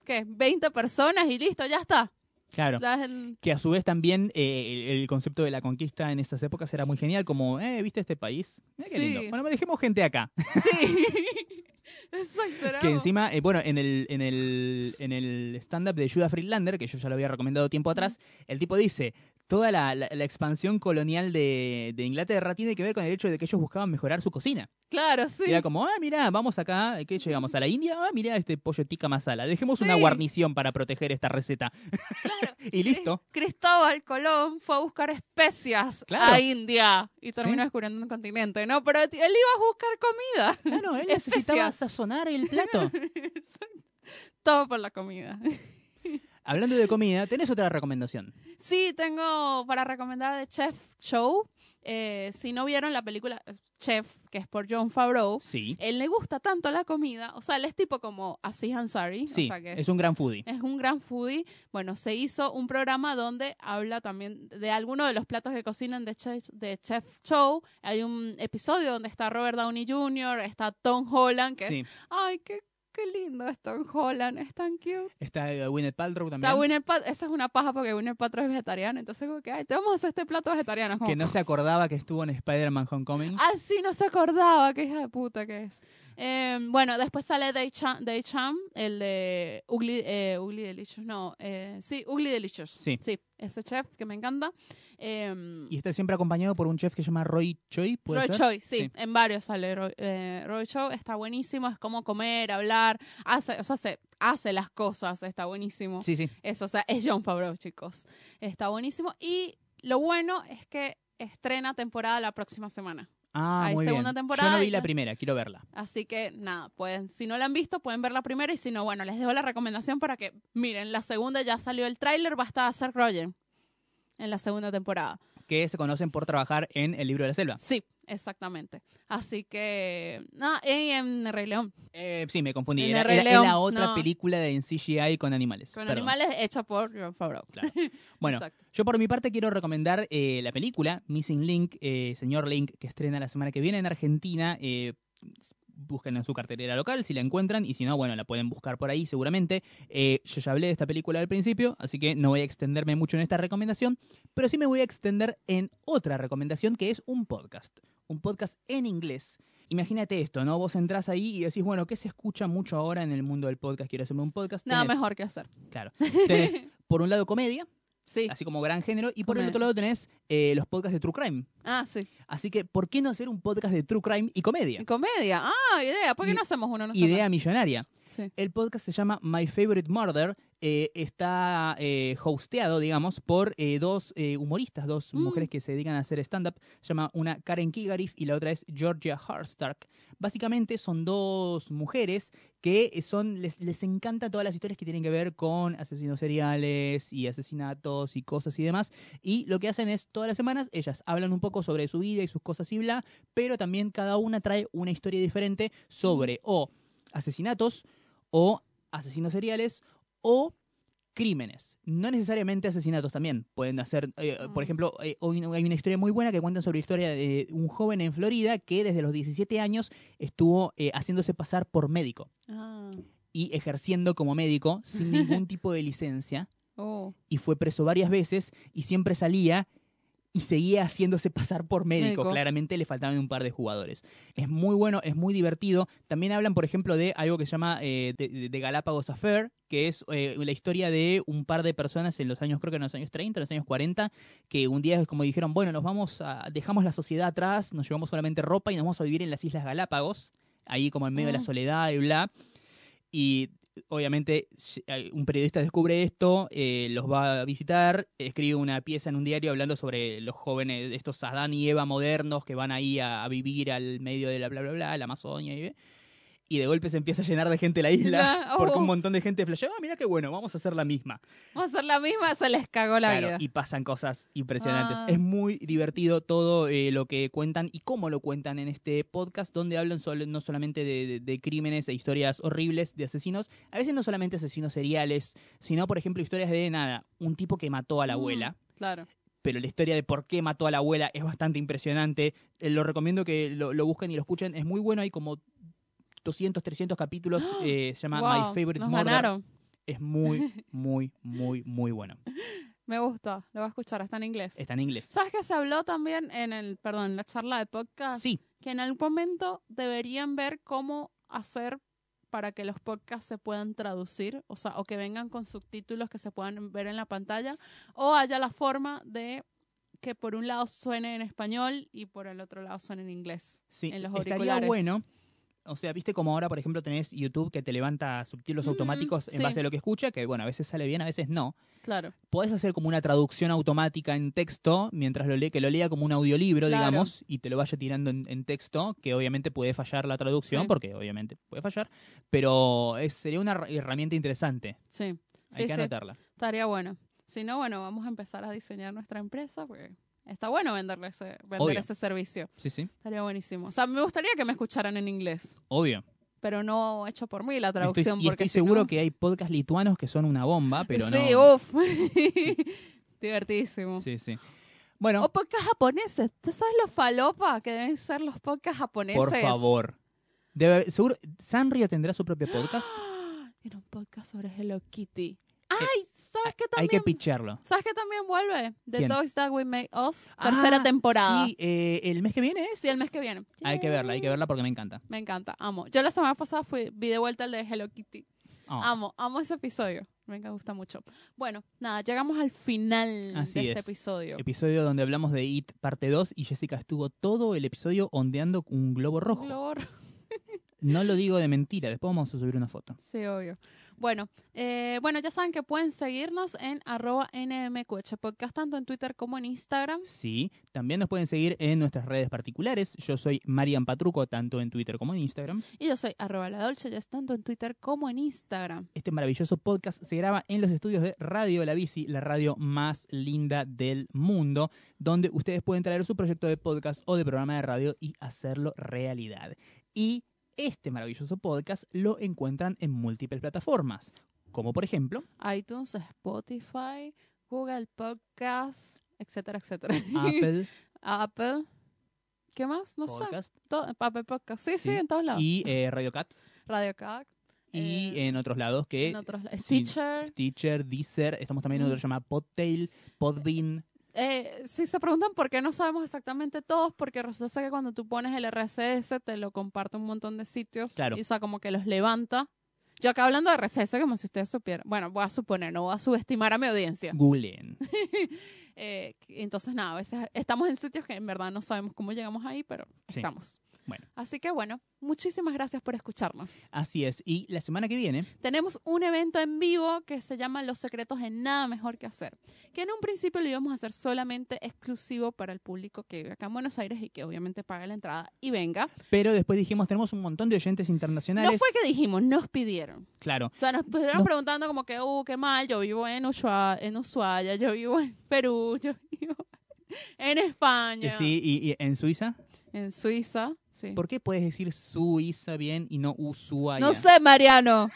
S2: ¿qué? 20 personas y listo, ya está.
S1: Claro.
S2: La-
S1: <laughs>
S2: el-
S1: Que a su vez también eh, el, el concepto de la conquista en esas épocas era muy genial, como, eh, ¿viste este país? Mirá qué
S2: Sí.
S1: lindo. Bueno, dejemos gente acá.
S2: sí. <laughs> Exacto, era
S1: Que
S2: como-
S1: encima, eh, bueno, en el, en el, en el stand-up de Judah Friedlander, que yo ya lo había recomendado tiempo atrás, el tipo dice, toda la, la- la expansión colonial de, de Inglaterra tiene que ver con el hecho de que ellos buscaban mejorar su cocina.
S2: Claro,
S1: Y
S2: sí.
S1: Era como, ah, mira, vamos acá, ¿qué llegamos? ¿A la India? Ah, mira este pollo tica masala. Dejemos una
S2: Sí.
S1: guarnición para proteger esta receta.
S2: Claro.
S1: <laughs> Y
S2: <laughs>
S1: listo.
S2: Cristóbal Colón fue a buscar especias
S1: Claro.
S2: a India y terminó
S1: Sí.
S2: descubriendo un continente, ¿no? Pero t- él iba a buscar comida. <laughs>
S1: Claro, Ah, él necesitaba
S2: Especias.
S1: sazonar
S2: <laughs>
S1: el plato.
S2: Todo por la comida.
S1: Hablando de comida, tenés otra recomendación.
S2: Sí, tengo para recomendar de Chef Show. Eh, si no vieron la película eh, Chef, que es por John Favreau,
S1: Sí,
S2: él le gusta tanto la comida, o sea, él es tipo como así Ansari,
S1: sí,
S2: o sea que
S1: es un gran foodie.
S2: es un gran foodie. Bueno, se hizo un programa donde habla también de alguno de los platos que cocinan de Chef, de Chef Show. Hay un episodio donde está Robert Downey Jr., está Tom Holland, que es-
S1: Sí,
S2: ¡Ay, qué, qué lindo es Tom Holland! Es tan cute.
S1: está eh, Gwyneth Paltrow también.
S2: Está Gwyneth Pat- esa es una paja porque Winner Paltrow es vegetariana, entonces como que, ay, te vamos a hacer este plato vegetariano. Es como,
S1: que no se acordaba que estuvo en Spider-Man Homecoming.
S2: Ah, sí, no se acordaba, qué hija de puta que es. Eh, bueno, después sale Day Cham, Day Cham, el de Ugly, eh, Ugly Delicious, no, eh, sí, Ugly Delicious.
S1: Sí.
S2: Sí, ese chef que me encanta. Eh,
S1: Y está siempre acompañado por un chef que se llama Roy Choi, ¿puede
S2: Roy
S1: ser?
S2: Choi, sí,
S1: Sí.
S2: en varios sale Roy, eh, Roy Choi, está buenísimo, es como comer, hablar, hace, o sea, se hace las cosas, está buenísimo.
S1: Sí, sí.
S2: Eso, o sea, es John Favreau, chicos. Está buenísimo. Y lo bueno es que estrena temporada la próxima semana.
S1: Ah,
S2: Hay
S1: muy
S2: segunda
S1: bien.
S2: temporada
S1: Yo no
S2: y
S1: vi la
S2: ya.
S1: primera, quiero verla.
S2: Así que nada, pueden, si no la han visto, pueden ver la primera y si no, bueno, les dejo la recomendación para que miren, la segunda ya salió el tráiler, va a estar Seth Rogen en la segunda temporada.
S1: Que se conocen por trabajar en El Libro de la Selva.
S2: Sí, exactamente. Así que nada, y en Rey León,
S1: Eh, sí, me confundí.
S2: En
S1: Era,
S2: El Rey
S1: era- era
S2: León,
S1: otra
S2: no.
S1: película de en CGI con animales.
S2: con
S1: Perdón.
S2: animales hecha por John Favreau.
S1: Claro. Bueno,
S2: Exacto.
S1: yo por mi parte quiero recomendar eh, la película Missing Link, eh, señor Link, que estrena la semana que viene en Argentina. Eh, busquen en su cartelera local si la encuentran y si no, bueno, la pueden buscar por ahí seguramente. Eh, yo ya hablé de esta película al principio, así que no voy a extenderme mucho en esta recomendación, pero sí me voy a extender en otra recomendación que es un podcast. un podcast en inglés. Imagínate esto, ¿no? Vos entrás ahí y decís, bueno, ¿qué se escucha mucho ahora en el mundo del podcast? Quiero hacerme un podcast.
S2: Nada
S1: Tenés-
S2: mejor que hacer.
S1: Claro. Tenés, por un lado, comedia,
S2: Sí.
S1: así como gran género, y por el
S2: Comedia.
S1: otro lado tenés eh, los podcasts de True Crime.
S2: Ah, sí.
S1: Así que, ¿por qué no hacer un podcast de True Crime y comedia?
S2: En comedia. Ah, idea. ¿Por qué
S1: I-
S2: no hacemos uno nosotros?
S1: Idea millonaria.
S2: Sí.
S1: El podcast se llama My Favorite Murder. eh, está eh, hosteado, digamos, por eh, dos eh, humoristas, dos
S2: Mm.
S1: mujeres que se dedican a hacer stand-up. Se llama una Karen Kigarif y la otra es Georgia Harstark. Básicamente son dos mujeres que eh, son les, les encanta todas las historias que tienen que ver con asesinos seriales y asesinatos y cosas y demás. Y lo que hacen es todas las semanas ellas hablan un poco sobre su vida y sus cosas y bla, pero también cada una trae una historia diferente sobre o asesinatos o asesinos seriales o crímenes. No necesariamente asesinatos también. Pueden hacer, eh, por ejemplo, eh, hoy no- hay una historia muy buena que cuentan sobre la historia de un joven en Florida que desde los 17 años estuvo eh, haciéndose pasar por médico
S2: Ah.
S1: y ejerciendo como médico sin ningún tipo de licencia
S2: Oh.
S1: y fue preso varias veces y siempre salía y seguía haciéndose <laughs> pasar por médico.
S2: Médico.
S1: Claramente le faltaban un par de jugadores. Es muy bueno, es muy divertido. También hablan, por ejemplo, de algo que se llama eh, de, de- de Galápagos Affair, que es eh, la historia de un par de personas en los años, creo que en los años 30, en los años 40, que un día es como dijeron, bueno, nos vamos a, dejamos la sociedad atrás, nos llevamos solamente ropa y nos vamos a vivir en las Islas Galápagos, ahí como en medio de
S2: Ah.
S1: la soledad y bla. Y obviamente ll- un periodista descubre esto, eh, los va a visitar, escribe una pieza en un diario hablando sobre los jóvenes, estos Adán y Eva modernos que van ahí a, a vivir al medio de la bla bla bla, la Amazonia y y de golpe se empieza a llenar de gente la
S2: <laughs>
S1: isla
S2: Ah, oh.
S1: porque un montón de gente flasheó, ah, mira qué bueno, vamos a hacer la misma.
S2: Vamos a hacer la misma, se les cagó la
S1: Claro,
S2: vida.
S1: y pasan cosas impresionantes.
S2: Ah.
S1: Es muy divertido todo eh, lo que cuentan y cómo lo cuentan en este podcast, donde hablan sol- no solamente de, de- de crímenes e historias horribles de asesinos, a veces no solamente asesinos seriales, sino, por ejemplo, historias de nada, un tipo que mató a la
S2: Mm,
S1: abuela.
S2: Claro.
S1: Pero la historia de por qué mató a la abuela es bastante impresionante. Eh, Lo recomiendo que lo, lo busquen y lo escuchen. Es muy bueno. Hay como 200, 300 capítulos. eh, se llama
S2: Wow,
S1: My Favorite
S2: ¡Ah! Nos
S1: Murder.
S2: ganaron.
S1: Es
S2: <laughs>
S1: muy, muy, muy, muy bueno.
S2: Me gusta. Lo voy a escuchar. Está en inglés.
S1: Está en inglés.
S2: ¿Sabes que se habló también en el, perdón, en la charla de podcast?
S1: Sí,
S2: que en algún momento deberían ver cómo hacer para que los podcasts se puedan traducir, o sea, o que vengan con subtítulos que se puedan ver en la pantalla, o haya la forma de que por un lado suene en español y por el otro lado suene en inglés.
S1: Sí,
S2: en los
S1: estaría
S2: auriculares.
S1: bueno. O sea, viste como ahora, por ejemplo, tenés YouTube que te levanta subtítulos
S2: Mm,
S1: automáticos en
S2: sí.
S1: base a lo que escucha, que bueno, a veces sale bien, a veces no.
S2: Claro.
S1: Podés hacer como una traducción automática en texto, mientras lo lee, que lo lea como un audiolibro,
S2: Claro.
S1: digamos, y te lo vaya tirando en, en texto, que obviamente puede fallar la traducción,
S2: Sí.
S1: porque obviamente puede fallar, pero es- sería una her- herramienta interesante.
S2: Sí.
S1: Hay
S2: Sí,
S1: que
S2: sí.
S1: anotarla.
S2: Estaría bueno. Si no, bueno, vamos a empezar a diseñar nuestra empresa porque está bueno venderle ese, vender
S1: Obvio.
S2: ese servicio.
S1: Sí, sí,
S2: Estaría buenísimo. O sea, me gustaría que me escucharan en inglés,
S1: obvio.
S2: pero no hecho por mí la
S1: Estoy-
S2: traducción.
S1: y
S2: porque
S1: estoy
S2: si no-
S1: seguro que hay podcasts lituanos que son una bomba, pero
S2: sí,
S1: no.
S2: <laughs> uff. Divertidísimo.
S1: Sí, sí. Bueno,
S2: O podcast japoneses. ¿Tú sabes lo falopa que deben ser los podcasts japoneses?
S1: Por favor. Debe haber- seguro, Sanrio tendrá su propio podcast.
S2: ¡Ah! <gasps> Era un podcast sobre Hello Kitty. ¡Ay! ¿Sabes qué
S1: Hay
S2: también?
S1: que picharlo.
S2: ¿Sabes qué también vuelve? The
S1: ¿Quién?
S2: Toys That We Make Us. Tercera
S1: Ah,
S2: temporada.
S1: Sí, eh, el mes que viene es.
S2: Sí, el mes que viene.
S1: Hay que verla, hay que verla porque me encanta.
S2: Me encanta, amo. Yo la semana pasada fui, vi de vuelta el de Hello Kitty.
S1: Oh,
S2: Amo, amo ese episodio. Me gusta mucho. Bueno, nada, llegamos al final
S1: Así
S2: de este
S1: es.
S2: episodio.
S1: Episodio donde hablamos de It parte 2 y Jessica estuvo todo el episodio ondeando con un globo rojo.
S2: Globo
S1: No lo digo de mentira, después vamos a subir una foto.
S2: Sí, obvio. Bueno, eh, bueno, ya saben que pueden seguirnos en arroba NMQH Podcast, tanto en Twitter como en Instagram.
S1: Sí, también nos pueden seguir en nuestras redes particulares. Yo soy Marian Patruco, tanto en Twitter como en Instagram.
S2: Y yo soy arroba la Dolce, ya es tanto en Twitter como en Instagram.
S1: Este maravilloso podcast se graba en los estudios de Radio La Bici, la radio más linda del mundo, donde ustedes pueden traer su proyecto de podcast o de programa de radio y hacerlo realidad. Y este maravilloso podcast lo encuentran en múltiples plataformas, como por
S2: <laughs>
S1: ejemplo
S2: iTunes, Spotify, Google Podcast, etcétera, etcétera.
S1: Apple
S2: <laughs> Apple. ¿Qué más? No sé.
S1: Podcast
S2: To- Apple Podcast. Sí,
S1: Sí.
S2: sí, en todos lados.
S1: y eh, Radio Cat
S2: Radio Cat.
S1: y
S2: eh,
S1: en otros lados que
S2: en Mm. otros lados.
S1: sí.
S2: Stitcher.
S1: Teacher, Deezer, estamos también en otro que se llama Podtail, Podbean,
S2: eh, si se preguntan por qué no sabemos exactamente todos, porque resulta que cuando tú pones el RSS te lo comparte un montón de sitios.
S1: Claro.
S2: Y, o sea, como que los levanta. Yo acá hablando de RSS como si ustedes supieran. Bueno, voy a suponer, no voy a subestimar a mi audiencia. <laughs>
S1: Googleen.
S2: Eh, entonces, nada, a veces estamos en sitios que en verdad no sabemos cómo llegamos ahí, pero
S1: Sí.
S2: estamos.
S1: Bueno.
S2: Así que bueno, muchísimas gracias por escucharnos.
S1: Así es. Y la semana que viene,
S2: Tenemos un evento en vivo que se llama Los secretos de nada mejor que hacer, que en un principio lo íbamos a hacer solamente exclusivo para el público que vive acá en Buenos Aires y que obviamente paga la entrada y venga.
S1: pero después dijimos, tenemos un montón de oyentes
S2: No
S1: internacionales.
S2: fue que dijimos, nos pidieron.
S1: Claro.
S2: O sea, nos estuvieron
S1: No.
S2: preguntando como que, uh, qué mal, yo vivo en Ushuaia, en Ushuaia, yo vivo en Perú, <laughs> yo vivo en
S1: que
S2: España,
S1: sí, y, y en Suiza.
S2: en Suiza. Sí.
S1: ¿Por qué puedes decir Suiza bien y no Ushuaia?
S2: No sé, Mariano.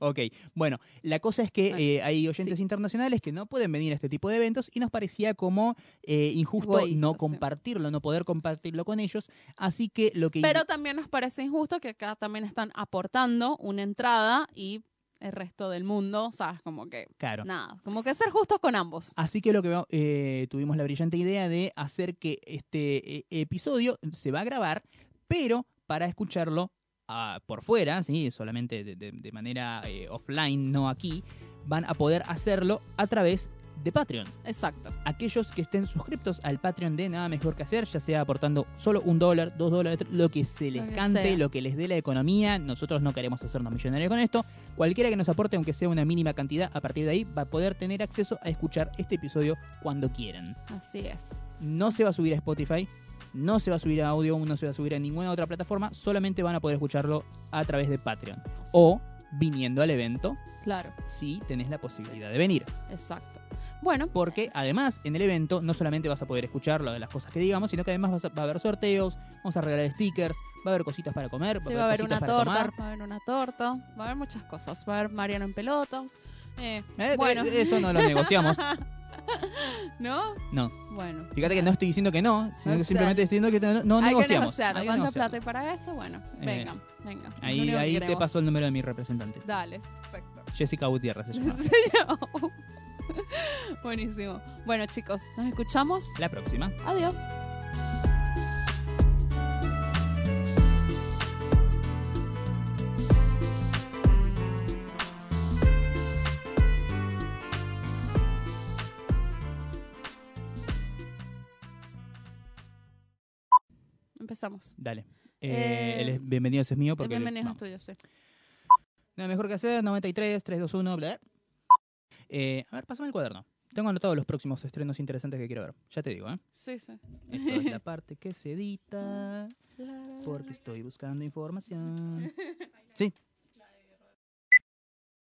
S1: Ok, bueno, la cosa es que
S2: Ah,
S1: eh, hay oyentes
S2: sí.
S1: internacionales que no pueden venir a este tipo de eventos y nos parecía como eh, injusto
S2: Egoísta,
S1: no
S2: sí.
S1: compartirlo, no poder compartirlo con ellos. Así que lo que...
S2: Pero también nos parece injusto que acá también están aportando una entrada y el resto del mundo, ¿sabes? Como que
S1: Claro.
S2: nada, como que ser justos con ambos.
S1: Así que lo que eh, tuvimos la brillante idea de hacer que este eh, episodio se va a grabar, pero para escucharlo ah, por fuera, ¿sí? solamente de, de- de manera eh, offline, no aquí, van a poder hacerlo a través de Patreon.
S2: Exacto.
S1: Aquellos que estén suscriptos al Patreon de Nada Mejor Que Hacer, ya sea aportando solo un dólar, dos dólares, tres, lo que se les
S2: Lo que
S1: cante,
S2: sea.
S1: lo que les dé la economía, nosotros no queremos hacernos millonarios con esto. Cualquiera que nos aporte, aunque sea una mínima cantidad, a partir de ahí va a poder tener acceso a escuchar este episodio cuando quieran.
S2: Así es.
S1: No se va a subir a Spotify, no se va a subir a Audio, no se va a subir a ninguna otra plataforma, solamente van a poder escucharlo a través de Patreon. O viniendo al evento,
S2: Claro,
S1: si tenés la posibilidad de venir.
S2: exacto. Bueno,
S1: Porque además en el evento no solamente vas a poder escuchar lo de las cosas que digamos, sino que además vas a- va a haber sorteos, vamos a regalar stickers, va a haber cositas para comer,
S2: sí, va a haber
S1: cositas
S2: una
S1: para
S2: torta,
S1: tomar.
S2: va a haber una torta, va a haber muchas cosas. Va a haber Mariano en pelotas. eh,
S1: Eh, eh,
S2: bueno.
S1: Eso no lo negociamos.
S2: <laughs> ¿No?
S1: No.
S2: Bueno.
S1: Fíjate que no estoy diciendo que no, sino
S2: O
S1: que
S2: sea,
S1: simplemente estoy diciendo que no, no
S2: Hay que
S1: negociamos.
S2: negociar.
S1: Hay que
S2: ¿Cuánta
S1: negociar.
S2: plata hay para eso? Bueno,
S1: Eh,
S2: venga, venga. Es lo
S1: Ahí,
S2: único que
S1: ahí te
S2: queremos.
S1: paso el número de mi representante.
S2: Dale, perfecto.
S1: Jessica Gutiérrez
S2: <laughs>
S1: se llama.
S2: Sí, no. <laughs> Buenísimo. Bueno, chicos, nos escuchamos.
S1: La próxima.
S2: Adiós. Empezamos.
S1: Dale.
S2: Eh,
S1: Eh, el es- bienvenido ese es mío
S2: El
S1: porque...
S2: bienvenido es
S1: vamos.
S2: tuyo, sí.
S1: Nada mejor que hacer, 93, 321, bla. Eh, a ver, pásame el cuaderno. Tengo anotados los próximos estrenos interesantes que quiero ver. Ya te digo, ¿eh?
S2: Sí, sí.
S1: Esto es la parte que se edita porque estoy buscando información. Sí,